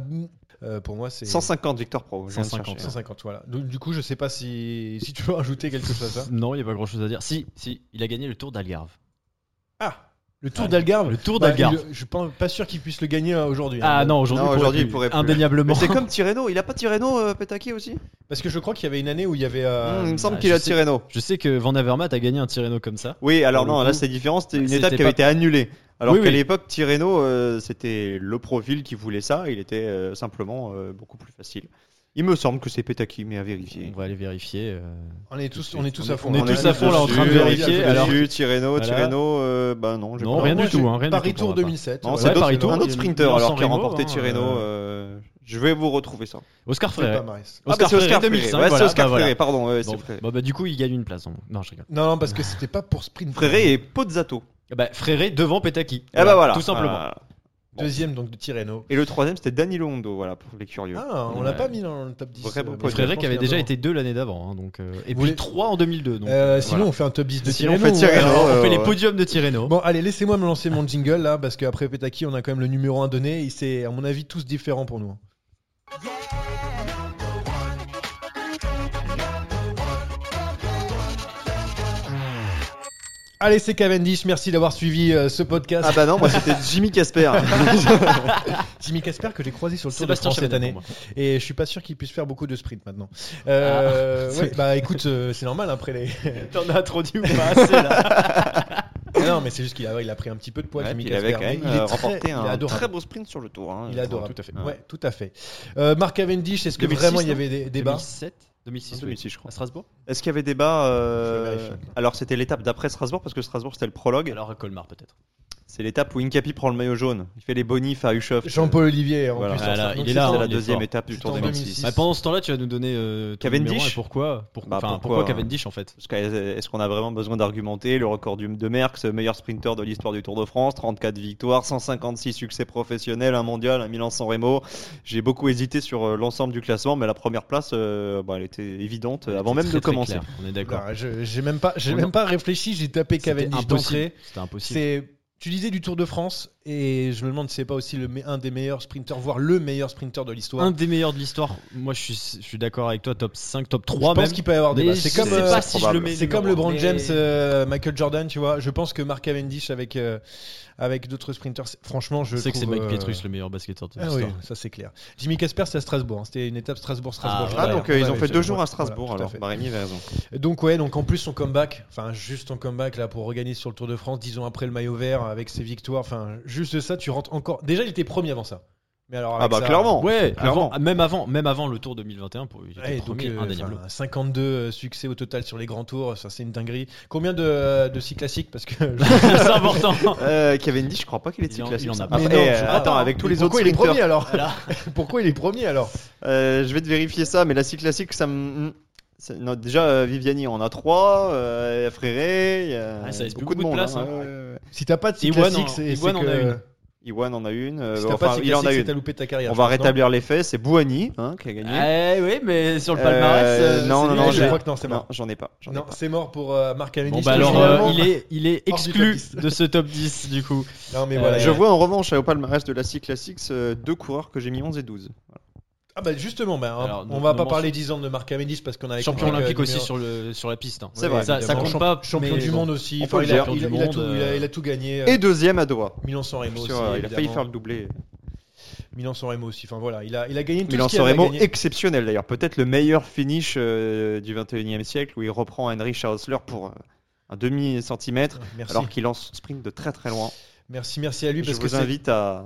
Speaker 3: euh, pour moi, c'est
Speaker 2: 150 victoires pro. je viens de
Speaker 1: 150,
Speaker 2: chercher.
Speaker 3: 150, hein. voilà. Donc, du coup, je sais pas si, si tu veux rajouter quelque chose à ça.
Speaker 1: Non, il n'y a pas grand chose à dire. Si, si, il a gagné le tour d'Algarve.
Speaker 3: Ah, le tour d'Algarve.
Speaker 1: Le tour
Speaker 3: Bah,
Speaker 1: d'Algarve.
Speaker 3: il- je suis pas, pas sûr qu'il puisse le gagner euh, aujourd'hui. hein.
Speaker 1: Ah non, aujourd'hui,
Speaker 2: Non,
Speaker 1: il
Speaker 2: aujourd'hui, il
Speaker 1: pourrait
Speaker 2: pourrait
Speaker 1: plus.
Speaker 2: plus.
Speaker 1: Indéniablement.
Speaker 2: Mais c'est comme Tirreno. Il a pas Tirreno, euh, Petaki aussi
Speaker 3: Parce que je crois qu'il y avait une année où il y avait. euh,
Speaker 2: Hmm, Il me semble
Speaker 1: ah,
Speaker 2: qu'il
Speaker 1: je
Speaker 2: a
Speaker 1: sais.
Speaker 2: Tirreno.
Speaker 1: Je sais que Van Avermaet a gagné un Tirreno comme ça.
Speaker 2: Oui, alors
Speaker 1: Pour le
Speaker 2: non, là
Speaker 1: coup,
Speaker 2: c'est différent, c'était une
Speaker 1: c'était
Speaker 2: étape qui
Speaker 1: pas-
Speaker 2: avait été annulée. Alors
Speaker 1: Oui,
Speaker 2: qu'à
Speaker 1: oui.
Speaker 2: l'époque, Tirreno, euh, c'était le profil qui voulait ça, il était euh, simplement euh, beaucoup plus facile. Il me semble que c'est Petaki, mais à vérifier.
Speaker 1: On va aller vérifier. euh.
Speaker 3: On est tous, on est tous
Speaker 2: On
Speaker 3: à
Speaker 2: est-
Speaker 3: fond.
Speaker 1: on est tous à fond, là, en train de
Speaker 2: dessus,
Speaker 1: vérifier, alors-
Speaker 2: dessus, Tirreno,
Speaker 1: Voilà.
Speaker 2: Tirreno, euh, bah non, j'ai
Speaker 1: Non,
Speaker 2: pas-
Speaker 1: rien
Speaker 3: Moi,
Speaker 1: du tout, hein,
Speaker 3: j'ai
Speaker 1: rien du
Speaker 3: Paris
Speaker 1: tout pour
Speaker 3: Tour
Speaker 1: ma part.
Speaker 3: 2007.
Speaker 2: Non,
Speaker 3: voilà.
Speaker 2: c'est
Speaker 1: ouais,
Speaker 2: d'autres-
Speaker 1: Paris Tour,
Speaker 2: un autre
Speaker 1: il-
Speaker 2: sprinter
Speaker 1: il
Speaker 2: alors
Speaker 1: lance
Speaker 2: qui a
Speaker 1: Remo,
Speaker 2: remporté
Speaker 1: hein,
Speaker 2: Tirreno. euh, Je vais vous retrouver ça.
Speaker 1: Oscar
Speaker 3: C'est le
Speaker 1: Freire.
Speaker 3: palmarès.
Speaker 2: Ah, bah, c'est Oscar Freire. Ouais, c'est
Speaker 1: voilà,
Speaker 2: Oscar
Speaker 1: bah, voilà.
Speaker 2: Freire, pardon. ouais,
Speaker 1: Bon,
Speaker 2: c'est Freire.
Speaker 1: bah, bah, du coup, il gagne une place. donc. Non, je rigole.
Speaker 3: Non, non, parce que c'était pas pour sprint.
Speaker 2: Freire et Pozzato.
Speaker 1: Ah Bah, Fréré devant Petaki.
Speaker 2: Eh bah voilà.
Speaker 1: Tout simplement.
Speaker 2: Voilà. Bon.
Speaker 3: Deuxième, donc, de Tirreno.
Speaker 2: Et le troisième, c'était Danilo Hondo, voilà, pour les curieux.
Speaker 3: Ah, on l'a
Speaker 1: Ouais.
Speaker 3: pas mis dans le top 10.
Speaker 2: Vraiment pas
Speaker 3: euh, mais
Speaker 1: Et
Speaker 3: je
Speaker 2: Fréré
Speaker 1: Fréré
Speaker 3: pense
Speaker 1: qui avait
Speaker 3: qu'il y en
Speaker 1: déjà
Speaker 3: a.
Speaker 1: été deux l'année d'avant. hein, donc, euh, et
Speaker 3: Vous
Speaker 1: puis
Speaker 3: voulez-
Speaker 1: trois en 2002. Donc,
Speaker 3: Euh,
Speaker 1: euh,
Speaker 3: Sinon,
Speaker 1: voilà.
Speaker 3: on fait un top 10 de
Speaker 2: Sinon, on
Speaker 3: Tirreno.
Speaker 2: fait Tirreno.
Speaker 3: hein.
Speaker 1: Alors, on
Speaker 2: ouais,
Speaker 1: fait euh, les
Speaker 2: ouais.
Speaker 1: podiums de Tirreno.
Speaker 3: Bon, allez, laissez-moi me lancer mon jingle là, parce qu'après Petaki, on a quand même le numéro 1 donné, et c'est à mon avis tous différents pour nous. Allez, c'est Cavendish, merci d'avoir suivi euh, ce podcast.
Speaker 2: Ah bah non, moi c'était Jimmy Casper.
Speaker 3: Jimmy Casper que j'ai croisé sur le Tour de
Speaker 1: Sébastien
Speaker 3: France cette
Speaker 1: Chavanel
Speaker 3: année,
Speaker 1: pour moi.
Speaker 3: et je suis pas sûr qu'il puisse faire beaucoup de sprints maintenant. Euh, ouais, bah écoute, euh, c'est normal après les.
Speaker 1: T'en as trop dit ou pas assez là
Speaker 3: Ah non, mais c'est juste qu'il a, il a pris un petit peu de poids,
Speaker 2: Ouais,
Speaker 3: Jimmy
Speaker 2: puis il avait
Speaker 3: Casper.
Speaker 2: quand
Speaker 3: mais
Speaker 2: même
Speaker 3: il est
Speaker 2: euh,
Speaker 3: très-
Speaker 2: remporté
Speaker 3: il est
Speaker 2: un
Speaker 3: adorable.
Speaker 2: très beau sprint sur le tour. hein.
Speaker 3: Il adore.
Speaker 1: Tout à fait.
Speaker 3: Ouais, tout à fait. Euh, Marc Cavendish, est-ce que
Speaker 2: 2006,
Speaker 3: vraiment il y
Speaker 2: non
Speaker 3: avait des débats
Speaker 1: 2007 2006,
Speaker 2: En 2006, je crois.
Speaker 1: À Strasbourg
Speaker 2: Est-ce qu'il y avait débat euh,
Speaker 3: Je vais vérifier.
Speaker 2: Alors c'était l'étape d'après Strasbourg parce que Strasbourg c'était le prologue.
Speaker 1: Alors à Colmar peut-être.
Speaker 2: C'est l'étape où Incapi prend le maillot jaune. Il fait les bonifs à Uchoff.
Speaker 3: Jean-Paul Olivier, en
Speaker 2: Voilà.
Speaker 3: plus,
Speaker 2: Ah
Speaker 3: en
Speaker 1: là,
Speaker 3: fait. Donc,
Speaker 1: il est
Speaker 3: c'est
Speaker 1: là,
Speaker 3: ça.
Speaker 2: C'était la
Speaker 1: il est
Speaker 2: deuxième
Speaker 1: fort.
Speaker 2: étape du
Speaker 3: C'était
Speaker 2: Tour
Speaker 3: en
Speaker 2: 2006.
Speaker 3: 2006.
Speaker 1: Bah, pendant ce temps-là, tu vas nous donner euh, ton
Speaker 2: Cavendish
Speaker 1: numéro un et pourquoi pour-
Speaker 2: Bah,
Speaker 1: enfin,
Speaker 2: pourquoi,
Speaker 1: pourquoi, Cavendish en fait
Speaker 2: Parce que, euh, Est-ce qu'on a vraiment besoin d'argumenter le record du, de Merckx, meilleur sprinter de l'histoire du Tour de France, 34 victoires, 156 succès professionnels, un mondial, un Milan-San Remo. J'ai beaucoup hésité sur euh, l'ensemble du classement, mais la première place, euh, bah, elle était évidente euh, avant
Speaker 1: C'était
Speaker 2: même
Speaker 1: très,
Speaker 2: de
Speaker 1: très
Speaker 2: commencer.
Speaker 1: clair, On est d'accord.
Speaker 3: Voilà, je- J'ai même pas, j'ai
Speaker 1: Oh
Speaker 3: même
Speaker 1: non.
Speaker 3: pas réfléchi, j'ai tapé
Speaker 1: C'était
Speaker 3: Cavendish
Speaker 1: impossible.
Speaker 3: d'entrée.
Speaker 1: C'était impossible.
Speaker 3: C'est, tu disais du Tour de France, et je me demande si c'est pas aussi le, me- un des meilleurs sprinteurs, voire le meilleur sprinter de l'histoire.
Speaker 1: Un des meilleurs de l'histoire. Moi, je suis, je suis d'accord avec toi. Top 5, top 3
Speaker 3: Je pense
Speaker 1: même.
Speaker 3: qu'il peut y avoir des
Speaker 1: Mais
Speaker 3: débats.
Speaker 1: je
Speaker 3: C'est
Speaker 1: sais
Speaker 3: comme,
Speaker 1: pas
Speaker 3: euh,
Speaker 1: si
Speaker 2: probable.
Speaker 1: je le mets
Speaker 3: c'est comme
Speaker 1: numéro
Speaker 3: LeBron
Speaker 1: un.
Speaker 3: James,
Speaker 1: Mais-
Speaker 3: euh, Michael Jordan, tu vois. Je pense que Mark Cavendish avec euh, avec d'autres sprinters, c'est- franchement, je
Speaker 1: Je sais que c'est
Speaker 3: trouve,
Speaker 1: Mike
Speaker 3: euh,
Speaker 1: Pietrus le meilleur basketteur de
Speaker 3: Ah
Speaker 1: l'histoire.
Speaker 3: oui, ça c'est clair. Jimmy Casper, c'est à Strasbourg. hein. C'était une étape Strasbourg-Strasbourg.
Speaker 1: Ah,
Speaker 3: Je
Speaker 1: ouais.
Speaker 2: Ah,
Speaker 3: rappelle,
Speaker 2: donc
Speaker 3: hein.
Speaker 2: euh, ils
Speaker 3: Ouais,
Speaker 2: ont
Speaker 3: ouais,
Speaker 2: fait deux
Speaker 3: absolument.
Speaker 2: jours à
Speaker 3: Voilà,
Speaker 2: Strasbourg
Speaker 3: tout à fait.
Speaker 2: alors. Barémi avait raison.
Speaker 3: Donc ouais, donc en plus son comeback, enfin juste son comeback là pour regagner sur le Tour de France, dix ans après le maillot vert avec ses victoires, enfin juste ça, tu rentres encore. Déjà il était premier avant ça. Mais alors
Speaker 2: Ah
Speaker 3: avec
Speaker 2: bah
Speaker 3: ça-
Speaker 2: clairement.
Speaker 1: Ouais,
Speaker 2: Clairement.
Speaker 1: avant- même avant, même avant le Tour 2021 pour il était
Speaker 3: Ouais, donc,
Speaker 1: premier,
Speaker 3: euh,
Speaker 1: indéniable.
Speaker 3: enfin, 52 succès au total sur les grands tours, ça c'est une dinguerie. Combien de, euh, de six classiques parce que
Speaker 1: c'est important.
Speaker 2: Euh, Cavendish, je crois pas qu'il est
Speaker 1: Il en-
Speaker 2: cycliste.
Speaker 1: il en a
Speaker 2: Après,
Speaker 3: Mais non,
Speaker 2: euh,
Speaker 3: je crois
Speaker 2: attends,
Speaker 3: pas. hein.
Speaker 2: avec tous
Speaker 3: Mais
Speaker 2: les autres
Speaker 3: pourquoi il est
Speaker 2: sprinteurs,
Speaker 3: premier alors Pourquoi il est premier alors
Speaker 2: Euh, je vais te vérifier ça, mais la scie classique, ça me. ça- non, déjà, euh, Viviani en a 3, euh, Fréré, il y a
Speaker 1: Ouais, Ah, ça laisse
Speaker 2: beaucoup de
Speaker 1: beaucoup de
Speaker 2: monde.
Speaker 1: place,
Speaker 2: hein.
Speaker 1: hein.
Speaker 2: Ouais, ouais, ouais.
Speaker 3: Si t'as pas de six
Speaker 1: Iwan en-
Speaker 3: classiques, c'est c'est
Speaker 1: Iwan en a
Speaker 3: que-
Speaker 1: une.
Speaker 2: Iwan en a une, euh,
Speaker 3: Si t'as
Speaker 2: enfin,
Speaker 3: pas de six
Speaker 2: il en a
Speaker 3: classiques, c'est
Speaker 2: une.
Speaker 3: t'as loupé ta carrière.
Speaker 2: On
Speaker 3: je
Speaker 2: va
Speaker 3: pense, non
Speaker 2: rétablir les faits, c'est Bouhani hein, qui a gagné.
Speaker 1: Eh oui, mais sur le
Speaker 2: Euh,
Speaker 1: palmarès. euh, c'est
Speaker 2: non, non,
Speaker 1: lui,
Speaker 2: non,
Speaker 1: je
Speaker 3: je
Speaker 2: j'ai-
Speaker 3: crois que non, c'est
Speaker 2: Non,
Speaker 3: mort.
Speaker 2: j'en ai pas. j'en ai
Speaker 3: Non,
Speaker 2: pas.
Speaker 3: c'est mort pour euh, Marc
Speaker 1: Bon
Speaker 3: Cavendish.
Speaker 1: bah alors euh,
Speaker 3: finalement.
Speaker 1: il est il est
Speaker 3: Hors du
Speaker 1: exclu
Speaker 3: top 10.
Speaker 1: de ce top 10 du coup.
Speaker 3: Non, mais
Speaker 1: Euh,
Speaker 3: voilà.
Speaker 2: Je vois en revanche au palmarès de la scie classique euh, deux coureurs que j'ai mis 11 et 12.
Speaker 3: Ah bah justement, bah,
Speaker 1: Alors,
Speaker 3: on
Speaker 1: donc,
Speaker 3: va
Speaker 1: nous
Speaker 3: pas
Speaker 1: mention-
Speaker 3: parler 10 ans de Marc Cavendish parce qu'on a
Speaker 1: Champion
Speaker 3: compris que
Speaker 1: olympique aussi
Speaker 3: numéro-
Speaker 1: sur le sur la piste. hein.
Speaker 2: C'est vrai,
Speaker 1: Ça, ça
Speaker 3: évidemment.
Speaker 1: compte
Speaker 3: Champ-
Speaker 1: pas.
Speaker 3: Champion
Speaker 1: mais
Speaker 3: du
Speaker 1: bon.
Speaker 3: monde aussi.
Speaker 2: on
Speaker 3: Enfin,
Speaker 2: peut
Speaker 3: il,
Speaker 2: le
Speaker 3: a,
Speaker 2: dire.
Speaker 3: il a-
Speaker 1: Du
Speaker 3: il a
Speaker 1: monde,
Speaker 3: tout, il a- il a tout gagné.
Speaker 2: Et deuxième à Doha.
Speaker 3: Milan-San Remo aussi.
Speaker 2: Sur, euh, il a failli
Speaker 3: évidemment.
Speaker 2: faire le doublé.
Speaker 3: Milan-San Remo aussi. Enfin voilà, il a, il a gagné tout
Speaker 2: Milan
Speaker 3: ce qu'il avait
Speaker 2: Soremo,
Speaker 3: gagné.
Speaker 2: exceptionnel d'ailleurs. Peut-être le meilleur finish euh, du 21e siècle où il reprend Henry Schausler pour euh, un demi-centimètre
Speaker 3: Merci.
Speaker 2: alors qu'il lance son sprint de très très loin.
Speaker 3: merci, merci à lui
Speaker 2: Je
Speaker 3: parce que
Speaker 2: vous
Speaker 3: c'est-
Speaker 2: invite à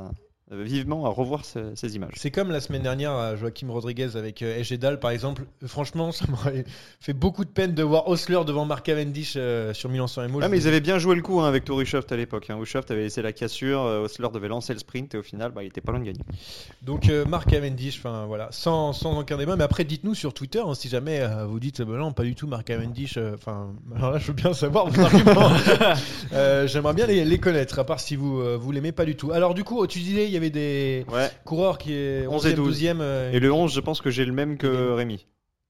Speaker 2: euh, vivement à revoir ce- ces images.
Speaker 3: C'est comme la semaine dernière, euh, Joachim Rodriguez avec euh, Ejedal, par exemple. Euh, Franchement, ça m'aurait fait beaucoup de peine de voir Osler devant Marc Cavendish euh, sur Milan San Remo.
Speaker 2: Ah,
Speaker 3: Je
Speaker 2: mais
Speaker 3: vous-
Speaker 2: ils avaient bien joué le coup hein, avec Tourushoft à l'époque. Hein. Uchoft avait laissé la cassure, euh, Osler devait lancer le sprint et au final bah, il était pas loin de gagner.
Speaker 3: Donc euh, Marc Cavendish, enfin voilà, sans, sans aucun débat. Mais après, dites-nous sur Twitter hein, si jamais euh, vous dites, euh, ben non, pas du tout Marc Cavendish. euh, Enfin, alors là, je veux bien savoir vos arguments. Euh, J'aimerais bien les, les connaître, à part si vous euh, vous l'aimez pas du tout. Alors du coup, oh, tu disais, il y avait des
Speaker 2: Ouais.
Speaker 3: coureurs qui est
Speaker 2: 11 et
Speaker 3: 11e,
Speaker 2: 12.
Speaker 3: 12e, euh,
Speaker 2: Et le 11, je pense que j'ai le même que Rémi.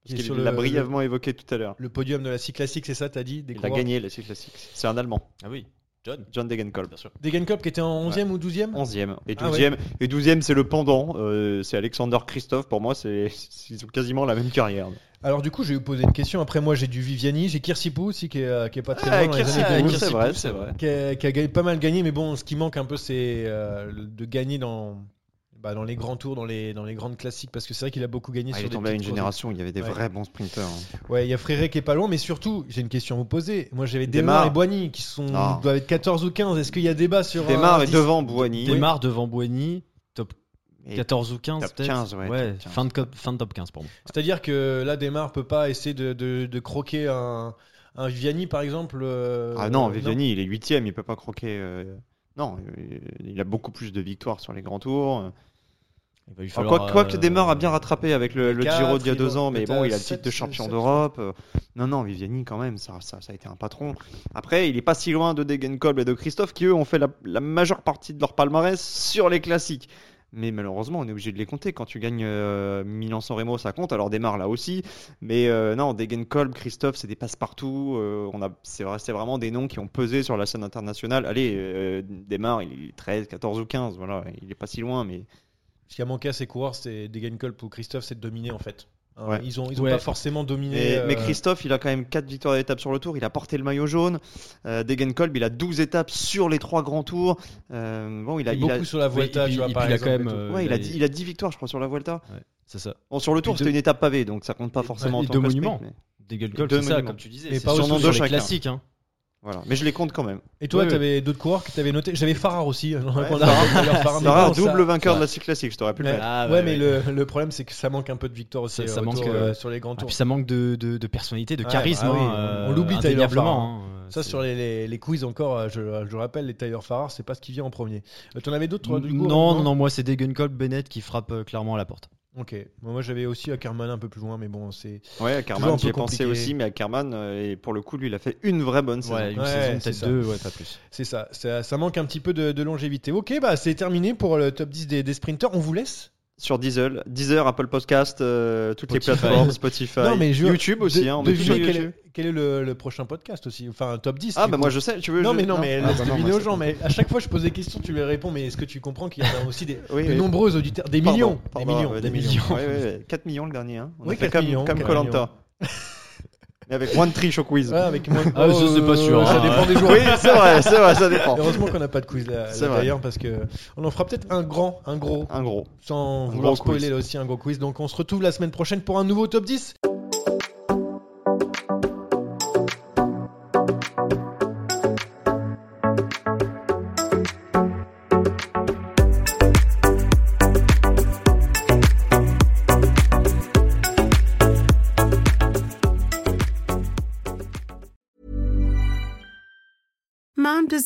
Speaker 3: Il
Speaker 2: Parce
Speaker 3: est
Speaker 2: qu'il
Speaker 3: sur
Speaker 2: l'a
Speaker 3: le-
Speaker 2: brièvement évoqué tout à l'heure.
Speaker 3: le podium de la scie classique, c'est ça, t'as dit des
Speaker 2: Il a
Speaker 3: coureurs.
Speaker 2: gagné la scie classique. C'est un Allemand,
Speaker 1: Ah oui, John.
Speaker 2: John Degenkolb.
Speaker 1: Bien sûr.
Speaker 3: Degenkolb qui était en 11e ou 12e
Speaker 2: 11e et 12e.
Speaker 3: Ah
Speaker 2: Et 12e, c'est le pendant. euh, c'est Alexander Christophe. Pour moi, c'est c'est- ils ont quasiment la même carrière.
Speaker 3: Alors du coup, je vais vous poser une question. Après moi, j'ai du Viviani, j'ai Kirsipou aussi qui est, euh, qui est pas très
Speaker 2: Ah,
Speaker 3: loin dans les
Speaker 2: Kirsipou,
Speaker 3: années 2000.
Speaker 2: c'est vrai, c'est vrai. Ah,
Speaker 3: qui a, qui a gagné- pas mal gagné, mais bon, ce qui manque un peu, c'est euh, de gagner dans, bah, dans les grands tours, dans les, dans les grandes classiques, parce que c'est vrai qu'il a beaucoup gagné
Speaker 2: Ah, il
Speaker 3: sur
Speaker 2: est
Speaker 3: des
Speaker 2: tombé à une
Speaker 3: petites courses.
Speaker 2: génération où il y avait des
Speaker 3: Ouais.
Speaker 2: vrais bons sprinters. hein.
Speaker 3: Ouais, il y a Fréré qui est pas loin, mais surtout, j'ai une question à vous poser. Moi, j'avais
Speaker 2: Démarre.
Speaker 3: Démarre et Boigny qui sont,
Speaker 2: Ah.
Speaker 3: doivent être 14 ou 15. Est-ce qu'il y a débat sur.
Speaker 2: Démarre
Speaker 3: un
Speaker 2: est
Speaker 3: dix-
Speaker 2: devant Bouani.
Speaker 1: Démarre devant Boigny, top
Speaker 2: Et
Speaker 1: 14 ou 15
Speaker 2: Top
Speaker 1: peut-être
Speaker 2: 15, ouais, top 15.
Speaker 1: Fin, de cop- fin de top 15 pour moi.
Speaker 3: C'est-à-dire que là, Desmar peut pas essayer de, de- de croquer un, un Viviani, par exemple. euh,
Speaker 2: ah non, Viviani, il est huitième, il peut pas croquer. euh, Non, il- il a beaucoup plus de victoires sur les grands tours.
Speaker 1: Il va lui
Speaker 2: Enfin,
Speaker 1: falloir,
Speaker 2: quoi, quoi que
Speaker 1: euh,
Speaker 2: Desmar a bien rattrapé avec le, le
Speaker 3: quatre,
Speaker 2: Giro d'il y a
Speaker 3: il
Speaker 2: deux
Speaker 3: doit
Speaker 2: ans, mais
Speaker 3: être
Speaker 2: bon,
Speaker 3: à
Speaker 2: il a le
Speaker 3: sept,
Speaker 2: titre de champion
Speaker 3: sept,
Speaker 2: d'Europe. Euh, Non, non, Viviani quand même, ça, ça, ça a été un patron. Après, il est pas si loin de Degenkolb et de Christophe qui eux ont fait la, la majeure partie de leur palmarès sur les classiques. Mais malheureusement, on est obligé de les compter. Quand tu gagnes euh, Milan-San Remo, ça compte. Alors Desmar là aussi, mais euh, non, Degenkolb, Christophe, c'est des passe-partout. euh, on a, c'est vrai, c'est vraiment des noms qui ont pesé sur la scène internationale. Allez, euh, Desmar, il est 13, 14 ou 15, voilà, il est pas si loin, mais
Speaker 3: Ce qui a manqué à ces coureurs, c'est Degenkolb ou Christophe, c'est de dominer en fait. Hein,
Speaker 2: Ouais.
Speaker 3: Ils ont, ils ont
Speaker 1: Ouais.
Speaker 3: pas forcément dominé.
Speaker 2: Mais, mais
Speaker 3: euh,
Speaker 2: Christophe, il a quand même 4 victoires d'étape sur le tour. Il a porté le maillot jaune. Euh, Degenkolb, il a 12 étapes sur les 3 grands tours. Euh, bon, il a,
Speaker 3: et
Speaker 2: il
Speaker 3: beaucoup
Speaker 2: a-
Speaker 3: sur la
Speaker 1: Oui, et
Speaker 3: Vuelta,
Speaker 1: puis-
Speaker 3: tu vois,
Speaker 1: et
Speaker 3: par
Speaker 1: puis il a
Speaker 3: exemple,
Speaker 1: quand même,
Speaker 3: et tout.
Speaker 1: euh,
Speaker 2: ouais, il, a
Speaker 1: il a-
Speaker 2: 10, il a 10 victoires, je crois, sur la Vuelta.
Speaker 1: C'est ça.
Speaker 2: Bon, sur le
Speaker 1: Et
Speaker 2: tour, c'était
Speaker 1: deux-
Speaker 2: une étape pavée, donc ça compte pas forcément
Speaker 1: et
Speaker 2: en
Speaker 1: deux
Speaker 2: tant que sprint,
Speaker 1: monuments.
Speaker 2: mais,
Speaker 1: Degenkolb,
Speaker 2: Deux
Speaker 1: c'est ça,
Speaker 2: monuments.
Speaker 1: comme tu disais.
Speaker 3: Et
Speaker 1: C'est
Speaker 3: pas au
Speaker 1: surtout
Speaker 2: surnom de
Speaker 1: sur les
Speaker 2: chacun.
Speaker 1: classiques. Hein.
Speaker 2: voilà. mais je les compte quand même.
Speaker 3: Et toi,
Speaker 1: Oui,
Speaker 3: tu avais d'autres coureurs que tu avais notés. J'avais Farrar aussi. euh, on en a
Speaker 2: Ouais,
Speaker 3: parlé,
Speaker 2: Farrar.
Speaker 3: d'ailleurs, Farrar, mais
Speaker 2: Sarah,
Speaker 3: bon, ça-
Speaker 2: double vainqueur de la cycle classique, je t'aurais pu le
Speaker 3: Mais-
Speaker 2: mettre.
Speaker 1: Ah,
Speaker 3: ouais,
Speaker 1: ouais,
Speaker 3: mais
Speaker 1: ouais.
Speaker 3: Le, le problème, c'est que ça manque un peu de victoire aussi
Speaker 1: Ça- ça
Speaker 3: euh,
Speaker 1: manque,
Speaker 3: autour,
Speaker 1: euh,
Speaker 3: euh, sur les grands
Speaker 1: Et
Speaker 3: tours.
Speaker 1: puis ça manque de, de, de personnalité, de
Speaker 3: Ouais,
Speaker 1: charisme.
Speaker 3: ah oui,
Speaker 1: hein,
Speaker 3: on- on
Speaker 1: euh,
Speaker 3: l'oublie, Tyler
Speaker 1: indéniablement, hein.
Speaker 3: Ça,
Speaker 1: C'est-
Speaker 3: sur les, les, les quiz encore, euh, je, je le rappelle, les Tyler Farrar, c'est pas ce qui vient en premier. Euh, T'en avais d'autres euh, du coup
Speaker 1: Non, non,
Speaker 3: Romain
Speaker 1: non, moi c'est Degenkolb, Bennett qui frappe euh, clairement à la porte.
Speaker 3: Ok. Moi, moi, j'avais aussi Ackerman un peu plus loin, mais bon, c'est.
Speaker 2: Ouais, à
Speaker 3: Toujours un
Speaker 2: Carman,
Speaker 3: peu
Speaker 2: j'y ai pensé
Speaker 3: compliqué.
Speaker 2: aussi, mais à Carman, euh, et pour le coup, lui, il a fait une vraie bonne saison.
Speaker 1: Ouais, une
Speaker 3: Ouais,
Speaker 1: saison,
Speaker 3: c'est
Speaker 1: peut-être
Speaker 3: ça.
Speaker 1: deux, ouais, pas plus.
Speaker 3: C'est ça, ça, ça manque un petit peu de, de longévité. Ok, bah c'est terminé pour le top 10 des, des sprinters. On vous laisse
Speaker 2: Sur Deezer, Deezer, Apple Podcast, euh, toutes les
Speaker 1: Spotify.
Speaker 2: plateformes, Spotify,
Speaker 3: je-
Speaker 2: YouTube aussi.
Speaker 3: de-
Speaker 2: hein, on est tous sur
Speaker 3: devinez quel,
Speaker 2: YouTube.
Speaker 3: est, quel est le, le prochain podcast aussi, enfin top 10.
Speaker 2: Ah,
Speaker 3: du
Speaker 2: bah
Speaker 3: coup.
Speaker 2: moi, je sais, tu veux.
Speaker 3: Non,
Speaker 2: je-
Speaker 3: mais non, mais
Speaker 2: Ah,
Speaker 3: laisse
Speaker 2: bah non,
Speaker 3: deviner
Speaker 2: moi,
Speaker 3: aux
Speaker 2: ça
Speaker 3: gens.
Speaker 2: compte.
Speaker 3: Mais à chaque fois, je pose des questions, tu les réponds. Mais est-ce que tu comprends qu'il y en a aussi des,
Speaker 2: Oui,
Speaker 3: de
Speaker 2: oui.
Speaker 3: nombreux auditeurs, des
Speaker 2: Pardon,
Speaker 3: millions,
Speaker 2: pardon,
Speaker 3: des millions,
Speaker 2: ouais,
Speaker 3: des millions.
Speaker 2: Ouais, ouais, ouais. 4 millions le dernier. Hein. On
Speaker 3: Oui,
Speaker 2: a fait
Speaker 3: 4
Speaker 2: comme-
Speaker 3: millions,
Speaker 2: Comme
Speaker 3: 4
Speaker 2: Colanta. Mais avec moins de triche au quiz.
Speaker 3: Ouais, avec moins.
Speaker 1: Ah, ça, c'est pas sûr,
Speaker 3: Ça
Speaker 1: hein.
Speaker 3: dépend des jours.
Speaker 2: Oui, c'est vrai, c'est vrai, ça dépend.
Speaker 3: Heureusement qu'on n'a pas de quiz là,
Speaker 2: C'est
Speaker 3: là,
Speaker 2: vrai.
Speaker 3: d'ailleurs parce que on en fera peut-être un grand, un gros,
Speaker 2: Un gros.
Speaker 3: sans
Speaker 2: gros
Speaker 3: vouloir spoiler
Speaker 2: quiz.
Speaker 3: là aussi un gros quiz. Donc on se retrouve la semaine prochaine pour un nouveau top 10.
Speaker 5: Mom